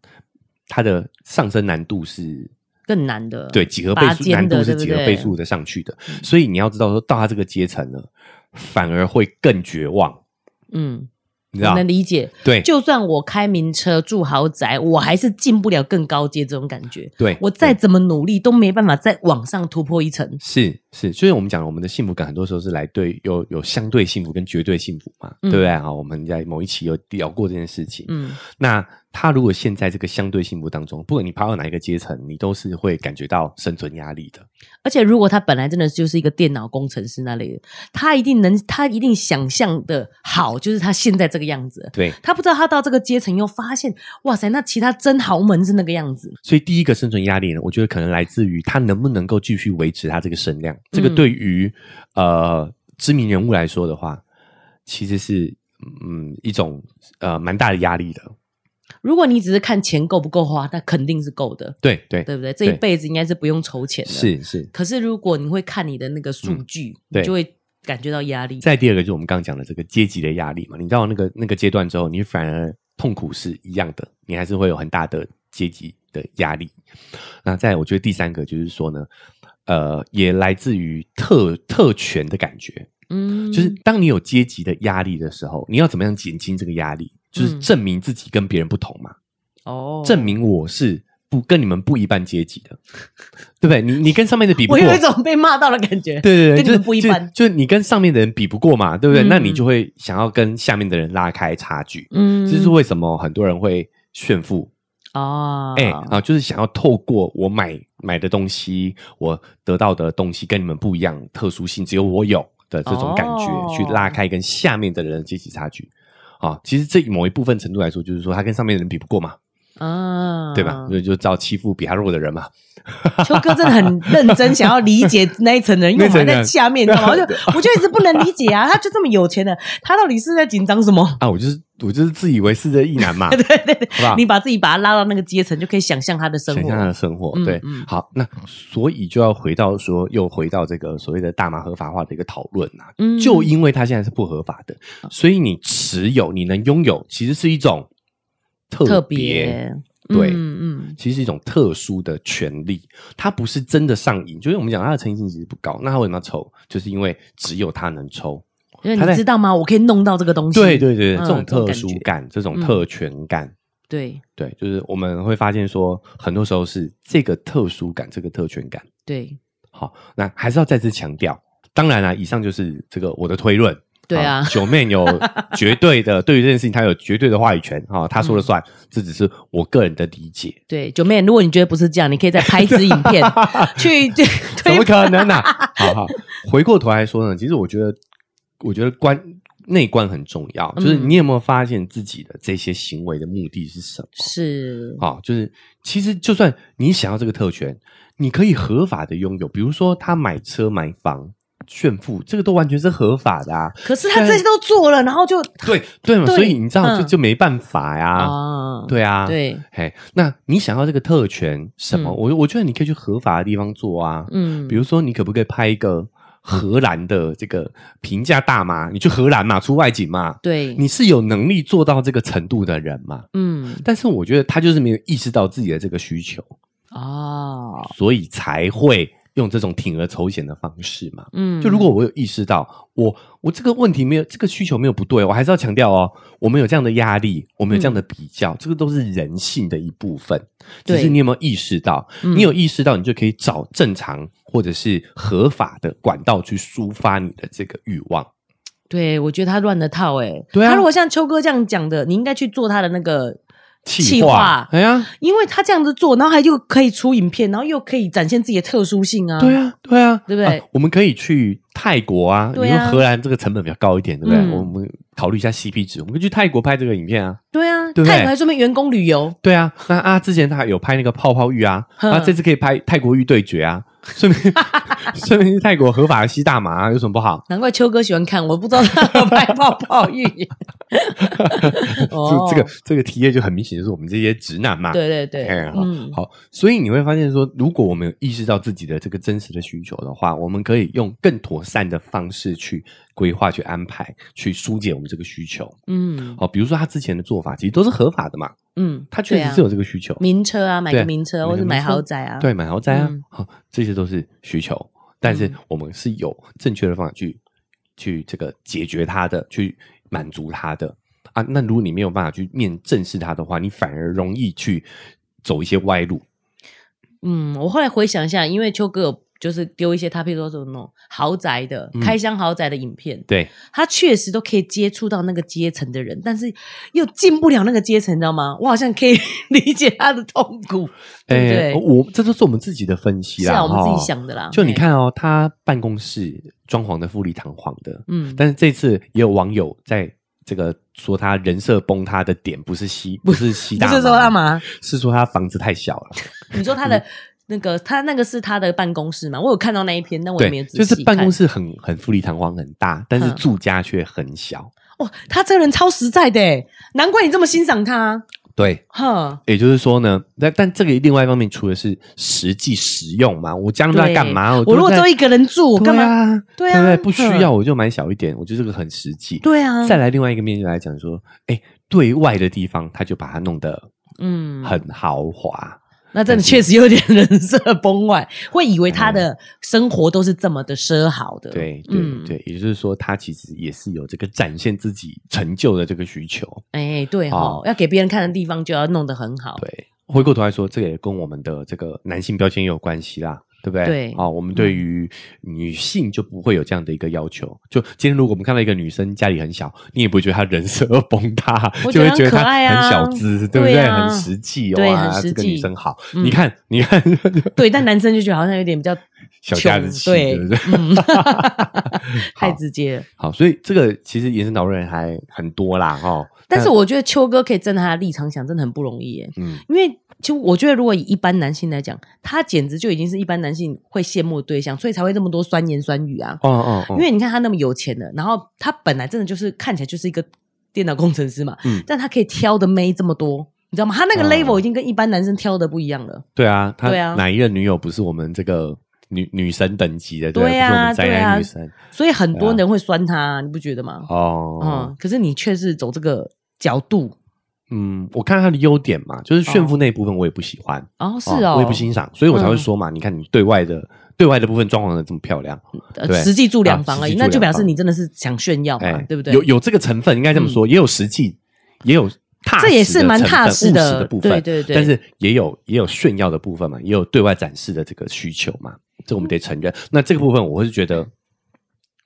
Speaker 1: 它的上升难度是
Speaker 2: 更难的，
Speaker 1: 对，几何倍
Speaker 2: 拔
Speaker 1: 数
Speaker 2: 尖
Speaker 1: 难
Speaker 2: 的
Speaker 1: 度是
Speaker 2: 对不
Speaker 1: 几何
Speaker 2: 对
Speaker 1: 倍数的上去的，所以你要知道说到他这个阶层呢，反而会更绝望，
Speaker 2: 嗯，
Speaker 1: 你知
Speaker 2: 我
Speaker 1: 道？
Speaker 2: 能理解。
Speaker 1: 对
Speaker 2: 就算我开名车住豪宅，我还是进不了更高阶这种感觉。
Speaker 1: 对，
Speaker 2: 我再
Speaker 1: 对
Speaker 2: 怎么努力都没办法再往上突破一层。
Speaker 1: 是是，就是我们讲的我们的幸福感，很多时候是来对有有相对幸福跟绝对幸福嘛，
Speaker 2: 嗯
Speaker 1: 对不对啊？我们在某一期有聊过这件事情。
Speaker 2: 嗯
Speaker 1: 那他如果陷在这个相对幸福当中，不管你爬到哪一个阶层，你都是会感觉到生存压力的。
Speaker 2: 而且，如果他本来真的就是一个电脑工程师那类的，他一定能，他一定想象的好，就是他现在这个样子。
Speaker 1: 对，
Speaker 2: 他不知道他到这个阶层以后，发现哇塞，那其他真豪门是那个样子。
Speaker 1: 所以第一个生存压力呢，我觉得可能来自于他能不能够继续维持他这个声
Speaker 2: 嗯
Speaker 1: 量。这个对于、呃知名人物来说的话，其实是嗯一种呃蛮大的压力的。
Speaker 2: 如果你只是看钱够不够花，那肯定是够的，
Speaker 1: 对对，
Speaker 2: 对不对？这一
Speaker 1: 对
Speaker 2: 辈子应该是不用筹钱的。。
Speaker 1: 是是。
Speaker 2: 可是如果你会看你的那个数据，
Speaker 1: 对
Speaker 2: 你就会感觉到压力。
Speaker 1: 再第二个就是我们刚刚讲的这个阶级的压力嘛，你到那个那个阶段之后，你反而痛苦是一样的，你还是会有很大的阶级的压力。那再来我觉得第三个就是说呢，呃，也来自于特特权的感觉。
Speaker 2: 嗯，
Speaker 1: 就是当你有阶级的压力的时候，你要怎么样减轻这个压力？就是
Speaker 2: 嗯
Speaker 1: 证明自己跟别人不同嘛，
Speaker 2: 哦，
Speaker 1: 证明我是不跟你们不一般阶级的， 对不对？你你跟上面的比不
Speaker 2: 我
Speaker 1: 过，
Speaker 2: 有一种被骂到的感 觉。
Speaker 1: 对对对，
Speaker 2: 跟你
Speaker 1: 就是
Speaker 2: 们不一般
Speaker 1: 就，就你跟上面的人比不过嘛，对不对？
Speaker 2: 嗯
Speaker 1: 那你就会想要跟下面的人拉开差距，
Speaker 2: 嗯
Speaker 1: 这是为什么很多人会炫富，
Speaker 2: 哦，
Speaker 1: 哎、啊，就是想要透过我买买的东西，我得到的东西跟你们不一样，特殊性只有我有的这种感觉，
Speaker 2: 哦
Speaker 1: 去拉开跟下面的人的阶级差距。啊，其实这某一部分程度来说，就是说他跟上面的人比不过嘛，
Speaker 2: 啊，
Speaker 1: 对吧？所以就照欺负比他弱的人嘛。
Speaker 2: 秋哥真的很认真，想要理解那一 层人，因为我们还在下面，你知道吗？我就我就一直不能理解啊，他就这么有钱的，他到底是在紧张什么？
Speaker 1: 啊，我就是我就是自以为是的意男嘛，
Speaker 2: 对对对，
Speaker 1: 好不好？
Speaker 2: 你把自己把他拉到那个阶层，就可以想象他的生
Speaker 1: 啊想象他
Speaker 2: 活。
Speaker 1: 的生活，
Speaker 2: 嗯
Speaker 1: 对，
Speaker 2: 嗯
Speaker 1: 好，那所以就要回到说，又回到这个所谓的大麻合法化的一个讨论啊，
Speaker 2: 嗯
Speaker 1: 就因为它现在是不合法的，所以你持有，你能拥有，其实是一种特
Speaker 2: 特别，
Speaker 1: 对
Speaker 2: 嗯嗯
Speaker 1: 其实是一种特殊的权利，它不是真的上瘾，就是我们讲它的成瘾性其实不高，那它为什么要抽？就是因为只有它能抽，
Speaker 2: 嗯，因为
Speaker 1: 他在
Speaker 2: 你知道吗？我可以弄到这个东西。
Speaker 1: 对对对，
Speaker 2: 嗯
Speaker 1: 这种
Speaker 2: 这种
Speaker 1: 特
Speaker 2: 感
Speaker 1: 殊
Speaker 2: 觉
Speaker 1: 感，这种
Speaker 2: 嗯
Speaker 1: 特权感，
Speaker 2: 对
Speaker 1: 对，就是我们会发现说，很多时候是这个特殊感，这个特权感。
Speaker 2: 对
Speaker 1: 好，那还是要再次强调，当然啊啦、以上就是这个我的推论。
Speaker 2: 对啊
Speaker 1: 九妹有绝对的对于这件事情，她有绝对的话语权啊，她
Speaker 2: 嗯
Speaker 1: 说了算，这只是我个人的理解。
Speaker 2: 对，九妹，如果你觉得不是这样，你可以再拍一支影 片 去去
Speaker 1: 怎
Speaker 2: 推
Speaker 1: 么可能呢、啊好好，回过头来说呢，其实我觉得，我觉得观内观很重要，就是
Speaker 2: 嗯
Speaker 1: 你有没有发现自己的这些行为的目的是什么？
Speaker 2: 是
Speaker 1: 啊、就是其实就算你想要这个特权，你可以合法的拥有，比如说他买车、买房、炫富，这个都完全是合法的啊。
Speaker 2: 可是他这些都做了，然后就
Speaker 1: 对对嘛，
Speaker 2: 对
Speaker 1: 所以你知道就、
Speaker 2: 嗯
Speaker 1: 就没办法呀、
Speaker 2: 啊，
Speaker 1: 对啊，，
Speaker 2: 对，
Speaker 1: 嘿，那你想要这个特权什么？
Speaker 2: 嗯
Speaker 1: 我我觉得你可以去合法的地方做啊，
Speaker 2: 嗯
Speaker 1: 比如说你可不可以拍一个荷兰的这个平价大麻？你去荷兰嘛，出外景嘛，
Speaker 2: 对，
Speaker 1: 你是有能力做到这个程度的人嘛？
Speaker 2: 嗯
Speaker 1: 但是我觉得他就是没有意识到自己的这个需求。
Speaker 2: 哦，
Speaker 1: 所以才会用这种铤而走险的方式嘛。
Speaker 2: 嗯，
Speaker 1: 就如果我有意识到，我我这个问题没有这个需求没有不对，我还是要强调哦，我们有这样的压力，我们有这样的比较，这个都是人性的一部分。只
Speaker 2: 嗯对
Speaker 1: 是你有没有意识到？
Speaker 2: 嗯
Speaker 1: 你有意识到，你就可以找正常或者是合法的管道去抒发你的这个欲望。
Speaker 2: 对我觉得他乱了套哎、
Speaker 1: 对啊
Speaker 2: 他如果像秋哥这样讲的，你应该去做他的那个
Speaker 1: 气
Speaker 2: 划，
Speaker 1: 哎呀，
Speaker 2: 因为他这样子做，然后还又可以出影片，然后又可以展现自己的特殊性啊。
Speaker 1: 对啊，对啊，
Speaker 2: 对不对
Speaker 1: 啊我们可以去泰国啊，
Speaker 2: 对
Speaker 1: 你
Speaker 2: 啊
Speaker 1: 说荷兰这个成本比较高一点，对不对？
Speaker 2: 嗯
Speaker 1: 我们考虑一下 CP 值，我们可以去泰国拍这个影片啊。
Speaker 2: 对啊，
Speaker 1: 对不对
Speaker 2: 泰国还专门员工旅游，
Speaker 1: 对啊，那啊，之前他有拍那个泡泡浴啊，
Speaker 2: 哼
Speaker 1: 啊，这次可以拍泰国浴对决 啊，顺便 顺便去泰国合法的吸大麻、啊、有什么不好？
Speaker 2: 难怪秋哥喜欢看，我不知道他有 拍泡泡浴。
Speaker 1: 就 这个这个体验就很明显，就是我们这些直男嘛。
Speaker 2: 哦对对对，
Speaker 1: 哎，好
Speaker 2: 嗯，
Speaker 1: 好，所以你会发现说，如果我们有意识到自己的这个真实的需求的话，我们可以用更妥善的方式去规划、去安排、去疏解我们这个需求。
Speaker 2: 嗯
Speaker 1: 好，比如说他之前的做法其实都是合法的嘛，
Speaker 2: 嗯，
Speaker 1: 他确
Speaker 2: 对
Speaker 1: 实
Speaker 2: 啊
Speaker 1: 是有这个需求，
Speaker 2: 名车啊，买个
Speaker 1: 对
Speaker 2: 名车，
Speaker 1: 买
Speaker 2: 或
Speaker 1: 个
Speaker 2: 者买
Speaker 1: 名车
Speaker 2: 豪宅啊，
Speaker 1: 对，买豪宅啊
Speaker 2: 嗯，
Speaker 1: 好、这些都是需求，但是
Speaker 2: 嗯
Speaker 1: 我们是有正确的方法去去这个解决它的，去满足它的啊。那如果你没有办法去面正视它的话，你反而容易去走一些歪路。
Speaker 2: 嗯，我后来回想一下，因为秋哥有就是丢一些他，譬如说什么豪宅的、
Speaker 1: 嗯
Speaker 2: 开箱豪宅的影片，
Speaker 1: 对，
Speaker 2: 他确实都可以接触到那个阶层的人，但是又进不了那个阶层，你知道吗？我好像可以 理解他的痛苦，对不对？
Speaker 1: 我这都是我们自己的分析
Speaker 2: 是
Speaker 1: 啦，
Speaker 2: 啊，我们自己
Speaker 1: 齁
Speaker 2: 想的啦。
Speaker 1: 就你
Speaker 2: 嘿，
Speaker 1: 看哦，他办公室装潢的富丽堂皇的，
Speaker 2: 嗯，
Speaker 1: 但是这次也有网友在这个说他人设崩塌的点不是吸，不是吸
Speaker 2: 不
Speaker 1: 大麻，
Speaker 2: 是说干嘛？
Speaker 1: 是说他房子太小了，
Speaker 2: 你说他的那个，他那个是他的办公室嘛？我有看到那一篇，但我也没
Speaker 1: 对
Speaker 2: 有，仔细
Speaker 1: 就
Speaker 2: 看。
Speaker 1: 是办公室很很富丽堂皇很大，但是
Speaker 2: 嗯
Speaker 1: 住家却很小，
Speaker 2: 哇，他这个人超实在的耶，难怪你这么欣赏他。
Speaker 1: 对。
Speaker 2: 哼，
Speaker 1: 也就是说呢，但但这个另外一方面，除了是实际实用嘛，我家那么大
Speaker 2: 对
Speaker 1: 干嘛？
Speaker 2: 我如
Speaker 1: 都
Speaker 2: 果只
Speaker 1: 在
Speaker 2: 有一个人住，我干嘛？
Speaker 1: 对
Speaker 2: 对
Speaker 1: 啊，
Speaker 2: 啊
Speaker 1: 对不对？不需
Speaker 2: 嗯
Speaker 1: 要我就买小一点，我觉得这个很实际。
Speaker 2: 对啊，
Speaker 1: 再来另外一个面来讲说，哎，对外的地方他就把它弄得
Speaker 2: 嗯，
Speaker 1: 很豪华，
Speaker 2: 那真的确实有点 人设崩坏，会以为他的生活都是这么的奢豪的。嗯
Speaker 1: 对对、对，也就是说他其实也是有这个展现自己成就的这个需求。
Speaker 2: 哎，对
Speaker 1: 哦
Speaker 2: 哦，要给别人看的地方就要弄得很好。
Speaker 1: 对，回过头来说，这个也跟我们的这个男性标签也有关系啦。对不对？
Speaker 2: 对嗯
Speaker 1: 啊、我们对于女性就不会有这样的一个要求。就今天，如果我们看到一个女生家里很小，你也不会觉得她人设 崩塌，
Speaker 2: 我
Speaker 1: 就
Speaker 2: 觉得
Speaker 1: 会
Speaker 2: 很
Speaker 1: 觉得她
Speaker 2: 可爱啊
Speaker 1: 很小资，对不对？
Speaker 2: 对啊
Speaker 1: 很实际哦，
Speaker 2: 对
Speaker 1: 啊
Speaker 2: 很实
Speaker 1: 这个女
Speaker 2: 际
Speaker 1: 生好。
Speaker 2: 嗯
Speaker 1: 你看，你看，
Speaker 2: 对，但男生就觉得好像有点比较
Speaker 1: 小家子
Speaker 2: 穷
Speaker 1: 气，
Speaker 2: 对
Speaker 1: 对不对？
Speaker 2: 嗯太
Speaker 1: 好
Speaker 2: 直接了。
Speaker 1: 好，所以这个其实延伸讨论还很多啦，哈、哦。
Speaker 2: 但是我觉得秋哥可以站在他的立场想，真的很不容易耶。
Speaker 1: 嗯，
Speaker 2: 因为其实我觉得，如果以一般男性来讲，他简直就已经是一般男性会羡慕的对象，所以才会这么多酸言酸语啊。
Speaker 1: 哦哦哦，
Speaker 2: 因为你看他那么有钱的，然后他本来真的就是看起来就是一个电脑工程师嘛，
Speaker 1: 嗯
Speaker 2: 但他可以挑的妹这么多，你知道吗？他那个
Speaker 1: 啊
Speaker 2: level 已经跟一般男生挑的不一样了。
Speaker 1: 对啊，他
Speaker 2: 对啊
Speaker 1: 哪一任女友不是我们这个女女神等级的？对不对，
Speaker 2: 对啊
Speaker 1: 不是我们宅
Speaker 2: 对啊
Speaker 1: 男女神、
Speaker 2: 所以很多人会酸他，你不觉得吗？
Speaker 1: 啊哦
Speaker 2: 嗯，。可是你却是走这个角度
Speaker 1: 嗯，我看他的优点嘛，就是炫富那一部分我也不喜欢，
Speaker 2: 哦，是哦，
Speaker 1: 我也不欣赏，所以我才会说嘛，你看你对外的对外的部分装潢的这么漂亮，
Speaker 2: 呃
Speaker 1: 对
Speaker 2: 实际住两房
Speaker 1: 啊
Speaker 2: 而
Speaker 1: 实
Speaker 2: 已，
Speaker 1: 际住
Speaker 2: 那就表
Speaker 1: 两
Speaker 2: 示
Speaker 1: 房哎
Speaker 2: 你真的是想炫耀嘛，对不对？
Speaker 1: 有有这个成分，应该这么说，也有实际，也有踏实的成分，
Speaker 2: 这也是蛮踏实
Speaker 1: 务
Speaker 2: 的
Speaker 1: 的部分，
Speaker 2: 对对对
Speaker 1: 但是也有也有炫耀的部分嘛，也有对外展示的这个需求嘛，这我们得承认。那这个部分，我是觉得。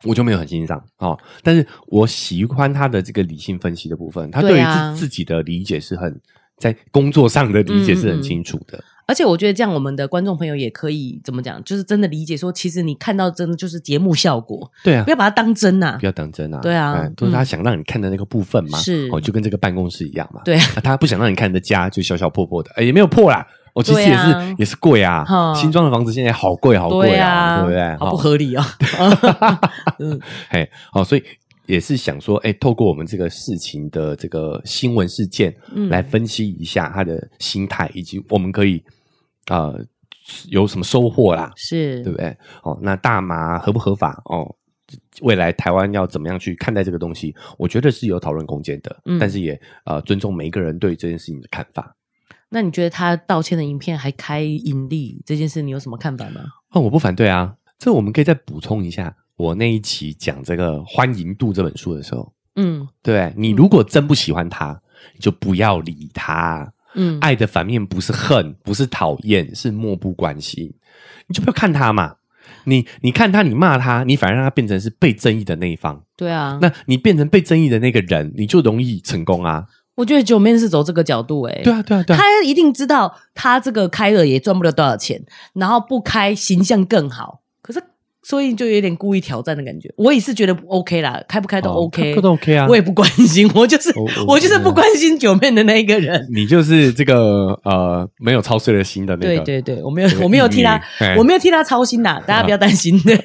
Speaker 1: 我就没有很欣赏哦，但是我喜欢他的这个理性分析的部分，他对
Speaker 2: 对
Speaker 1: 于
Speaker 2: 啊
Speaker 1: 自自己的理解是很在工作上的理解是
Speaker 2: 嗯嗯
Speaker 1: 很
Speaker 2: 嗯
Speaker 1: 清楚的。
Speaker 2: 而且我觉得这样，我们的观众朋友也可以怎么讲，就是真的理解说，其实你看到真的就是节目效果，
Speaker 1: 对啊
Speaker 2: 不，要把它当真呐、
Speaker 1: 不要当真啊！
Speaker 2: 对啊
Speaker 1: 哎都是他想让你看的那个部分嘛。
Speaker 2: 嗯是
Speaker 1: 哦，就跟这个办公室一样嘛。
Speaker 2: 对
Speaker 1: 啊他不想让你看你的家就小小破破的，哎，也没有破啦。哦，其实
Speaker 2: 对
Speaker 1: 也是、
Speaker 2: 啊
Speaker 1: 也是贵啊，
Speaker 2: 哼
Speaker 1: 新装的房子现在好贵好贵
Speaker 2: 对
Speaker 1: 啊，
Speaker 2: 啊，
Speaker 1: 对不对？
Speaker 2: 好不
Speaker 1: 哦
Speaker 2: 合 理哦。嗯，
Speaker 1: 哎，哦，所以也是想说，哎，透过我们这个事情的这个新闻事件，
Speaker 2: 嗯
Speaker 1: 来分析一下他的心态，以及我们可以呃有什么收获啦。对
Speaker 2: 是，
Speaker 1: 不对？哦，那大麻合不合法？哦，未来台湾要怎么样去看待这个东西？我觉得是有讨论空间的，
Speaker 2: 嗯
Speaker 1: 但是也呃尊重每一个人对于这件事情的看法。
Speaker 2: 那你觉得他道歉的影片还开盈利这件事，你有什么看法吗？
Speaker 1: 哦，我不反对啊，这我们可以再补充一下。我那一期讲这个《欢迎度》这本书的时候，
Speaker 2: 嗯
Speaker 1: 对不对你如果真不喜欢他，你就不要理他。
Speaker 2: 嗯，
Speaker 1: 爱的反面不是恨，不是讨厌，是漠不关心。你就不要看他嘛。你你看他，你骂他，你反而让他变成是被争议的那一方。
Speaker 2: 对啊，
Speaker 1: 那你变成被争议的那个人，你就容易成功啊！
Speaker 2: 我觉得九妹是走这个角度、欸，哎、
Speaker 1: 对啊，对啊，对啊，
Speaker 2: 他一定知道他这个开了也赚不了多少钱，然后不开形象更好。可是所以就有点故意挑战的感觉。我也是觉得 OK 啦，开不开都
Speaker 1: 哦
Speaker 2: OK，、
Speaker 1: 看都 OK 啊。哦
Speaker 2: 我也不关心，我就是、
Speaker 1: 我我
Speaker 2: 我就是不关心九妹的那一个人。
Speaker 1: 你就是这个呃没有操碎了心哦的那
Speaker 2: 对
Speaker 1: 个，
Speaker 2: 对对，我没有
Speaker 1: 这个
Speaker 2: 我没有替他
Speaker 1: 玉女哎，
Speaker 2: 我没有替他操心啦，大家不要担心。 对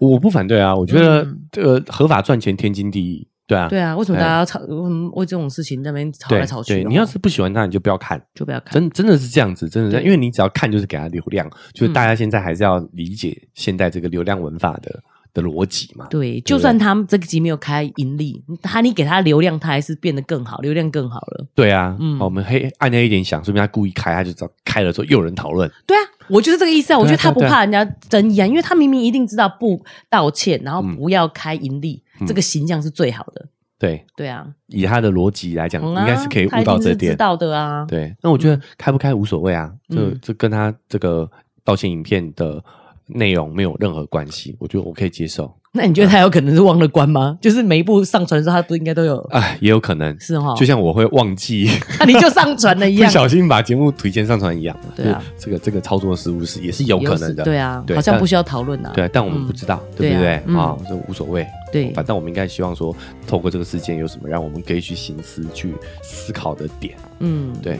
Speaker 1: 我不反对啊，我觉得
Speaker 2: 嗯
Speaker 1: 这个合法赚钱天经地义，对啊，
Speaker 2: 对啊，为什么
Speaker 1: 哎
Speaker 2: 大家要吵？嗯，为这种事情在那边吵
Speaker 1: 对
Speaker 2: 来吵去哦？
Speaker 1: 对你要是不喜欢它，你就不要看，
Speaker 2: 就不要看。
Speaker 1: 真真的是这样子，真的是这样，
Speaker 2: 对
Speaker 1: 因为你只要看就是给它流量，就是
Speaker 2: 嗯
Speaker 1: 大家现在还是要理解现在这个流量文法的的逻辑嘛。
Speaker 2: 对，就算他们这个集没有开盈利，他你给他流量，他还是变得更好，流量更好了。
Speaker 1: 对啊，
Speaker 2: 嗯
Speaker 1: 好我们黑暗黑一点想，说明他故意开，他就知道开了之后又有人讨论，
Speaker 2: 对啊，我就是这个意思啊。我觉得他不
Speaker 1: 对啊
Speaker 2: 怕人家争议啊，因为他明明一定知道不道歉，然后不要开盈利，
Speaker 1: 嗯
Speaker 2: 这个形象是最好的。
Speaker 1: 对，
Speaker 2: 对啊，
Speaker 1: 以他的逻辑来讲，
Speaker 2: 嗯啊
Speaker 1: 应该是可以
Speaker 2: 他
Speaker 1: 悟
Speaker 2: 一定
Speaker 1: 到这
Speaker 2: 是知
Speaker 1: 点。
Speaker 2: 道的啊。
Speaker 1: 对，那我觉得开不开无所谓啊，这
Speaker 2: 嗯
Speaker 1: 这跟他这个道歉影片的内容没有任何关系，我觉得我可以接受。
Speaker 2: 那你觉得他有可能是忘了关吗？就是每一部上传的时候，他不应该都有
Speaker 1: 啊，也有可能，
Speaker 2: 是 哈？
Speaker 1: 就像我会忘记
Speaker 2: 那你就上传了 一
Speaker 1: 不
Speaker 2: 样，
Speaker 1: 小心把节目推荐上传一样，
Speaker 2: 对啊，
Speaker 1: 这个这个操作失误是也是有可能的，
Speaker 2: 对啊，
Speaker 1: 对
Speaker 2: 好像
Speaker 1: 但
Speaker 2: 不需要讨论啊。
Speaker 1: 对，但我们
Speaker 2: 嗯
Speaker 1: 不知道，对不对
Speaker 2: 对啊嗯
Speaker 1: 啊？这无所谓，
Speaker 2: 对
Speaker 1: 反正我们应该希望说，透过这个事件有什么让我们可以去行思、去思考的点，
Speaker 2: 嗯，
Speaker 1: 对。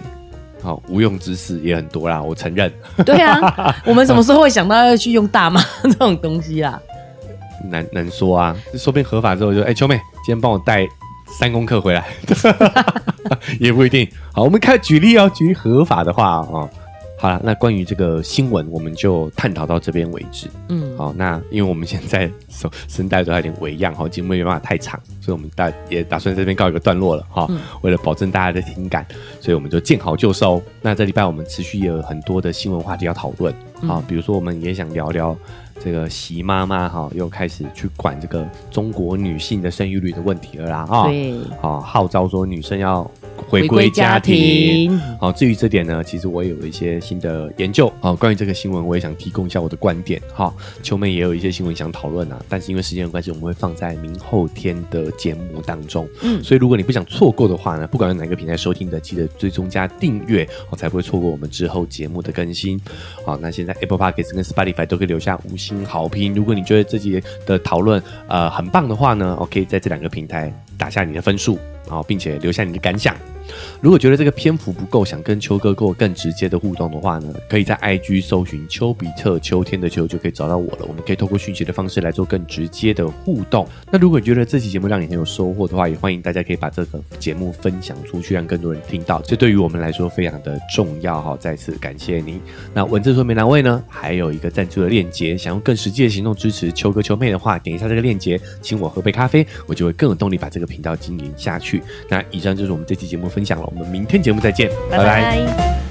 Speaker 1: 好，无用之事也很多啦，我承认，
Speaker 2: 对啊，我们什么时候会想到要去用大麻 这种东西啊？
Speaker 1: 难难说啊。说不定合法之后就，哎、秋妹，今天帮我带三公克回来， 也不一定。好，我们看举例哦，举例合法的话哦。好了，那关于这个新闻，我们就探讨到这边为止。
Speaker 2: 嗯，
Speaker 1: 好，那因为我们现在手 声带都还有点微恙，哈，节目没办法太长，所以我们大也打算这边告一个段落了哈。
Speaker 2: 嗯
Speaker 1: 为了保证大家的听感，所以我们就见好就收。那这礼拜我们持续也有很多的新闻话题要讨论，啊，
Speaker 2: 嗯
Speaker 1: 比如说我们也想聊聊这个习妈妈哈，又开始去管这个中国女性的生育率的问题了啦啊。
Speaker 2: 对，
Speaker 1: 好，号召说女生要回
Speaker 2: 回
Speaker 1: 归
Speaker 2: 归
Speaker 1: 家
Speaker 2: 家
Speaker 1: 庭。
Speaker 2: 庭，
Speaker 1: 好，至于这点呢，其实我也有一些新的研究啊、关于这个新闻，我也想提供一下我的观点哈。秋妹也有一些新闻想讨论啊，但是因为时间的关系，我们会放在明后天的节目当中。
Speaker 2: 嗯
Speaker 1: 所以如果你不想错过的话呢，不管用哪个平台收听的，记得追踪加订阅哦，才不会错过我们之后节目的更新。好，那现在 Apple Podcast 跟 Spotify 都可以留下五星好评。如果你觉得这集的讨论呃很棒的话呢，哦，可以在这两个平台打下你的分数，然、并且留下你的感想。如果觉得这个篇幅不够，想跟秋哥过更直接的互动的话呢，可以在 IG 搜寻丘比特秋天的秋就可以找到我了。我们可以透过讯息的方式来做更直接的互动。那如果觉得这期节目让你很有收获的话，也欢迎大家可以把这个节目分享出去，让更多人听到。这对于我们来说非常的重要哈。再次感谢您。那文字说明栏位呢，还有一个赞助的链接，想用更实际的行动支持秋哥秋妹的话，点一下这个链接，请我喝杯咖啡，我就会更有动力把这个频道经营下去。那以上就是我们这期节目分享了，我们明天节目再见，拜拜
Speaker 2: 拜拜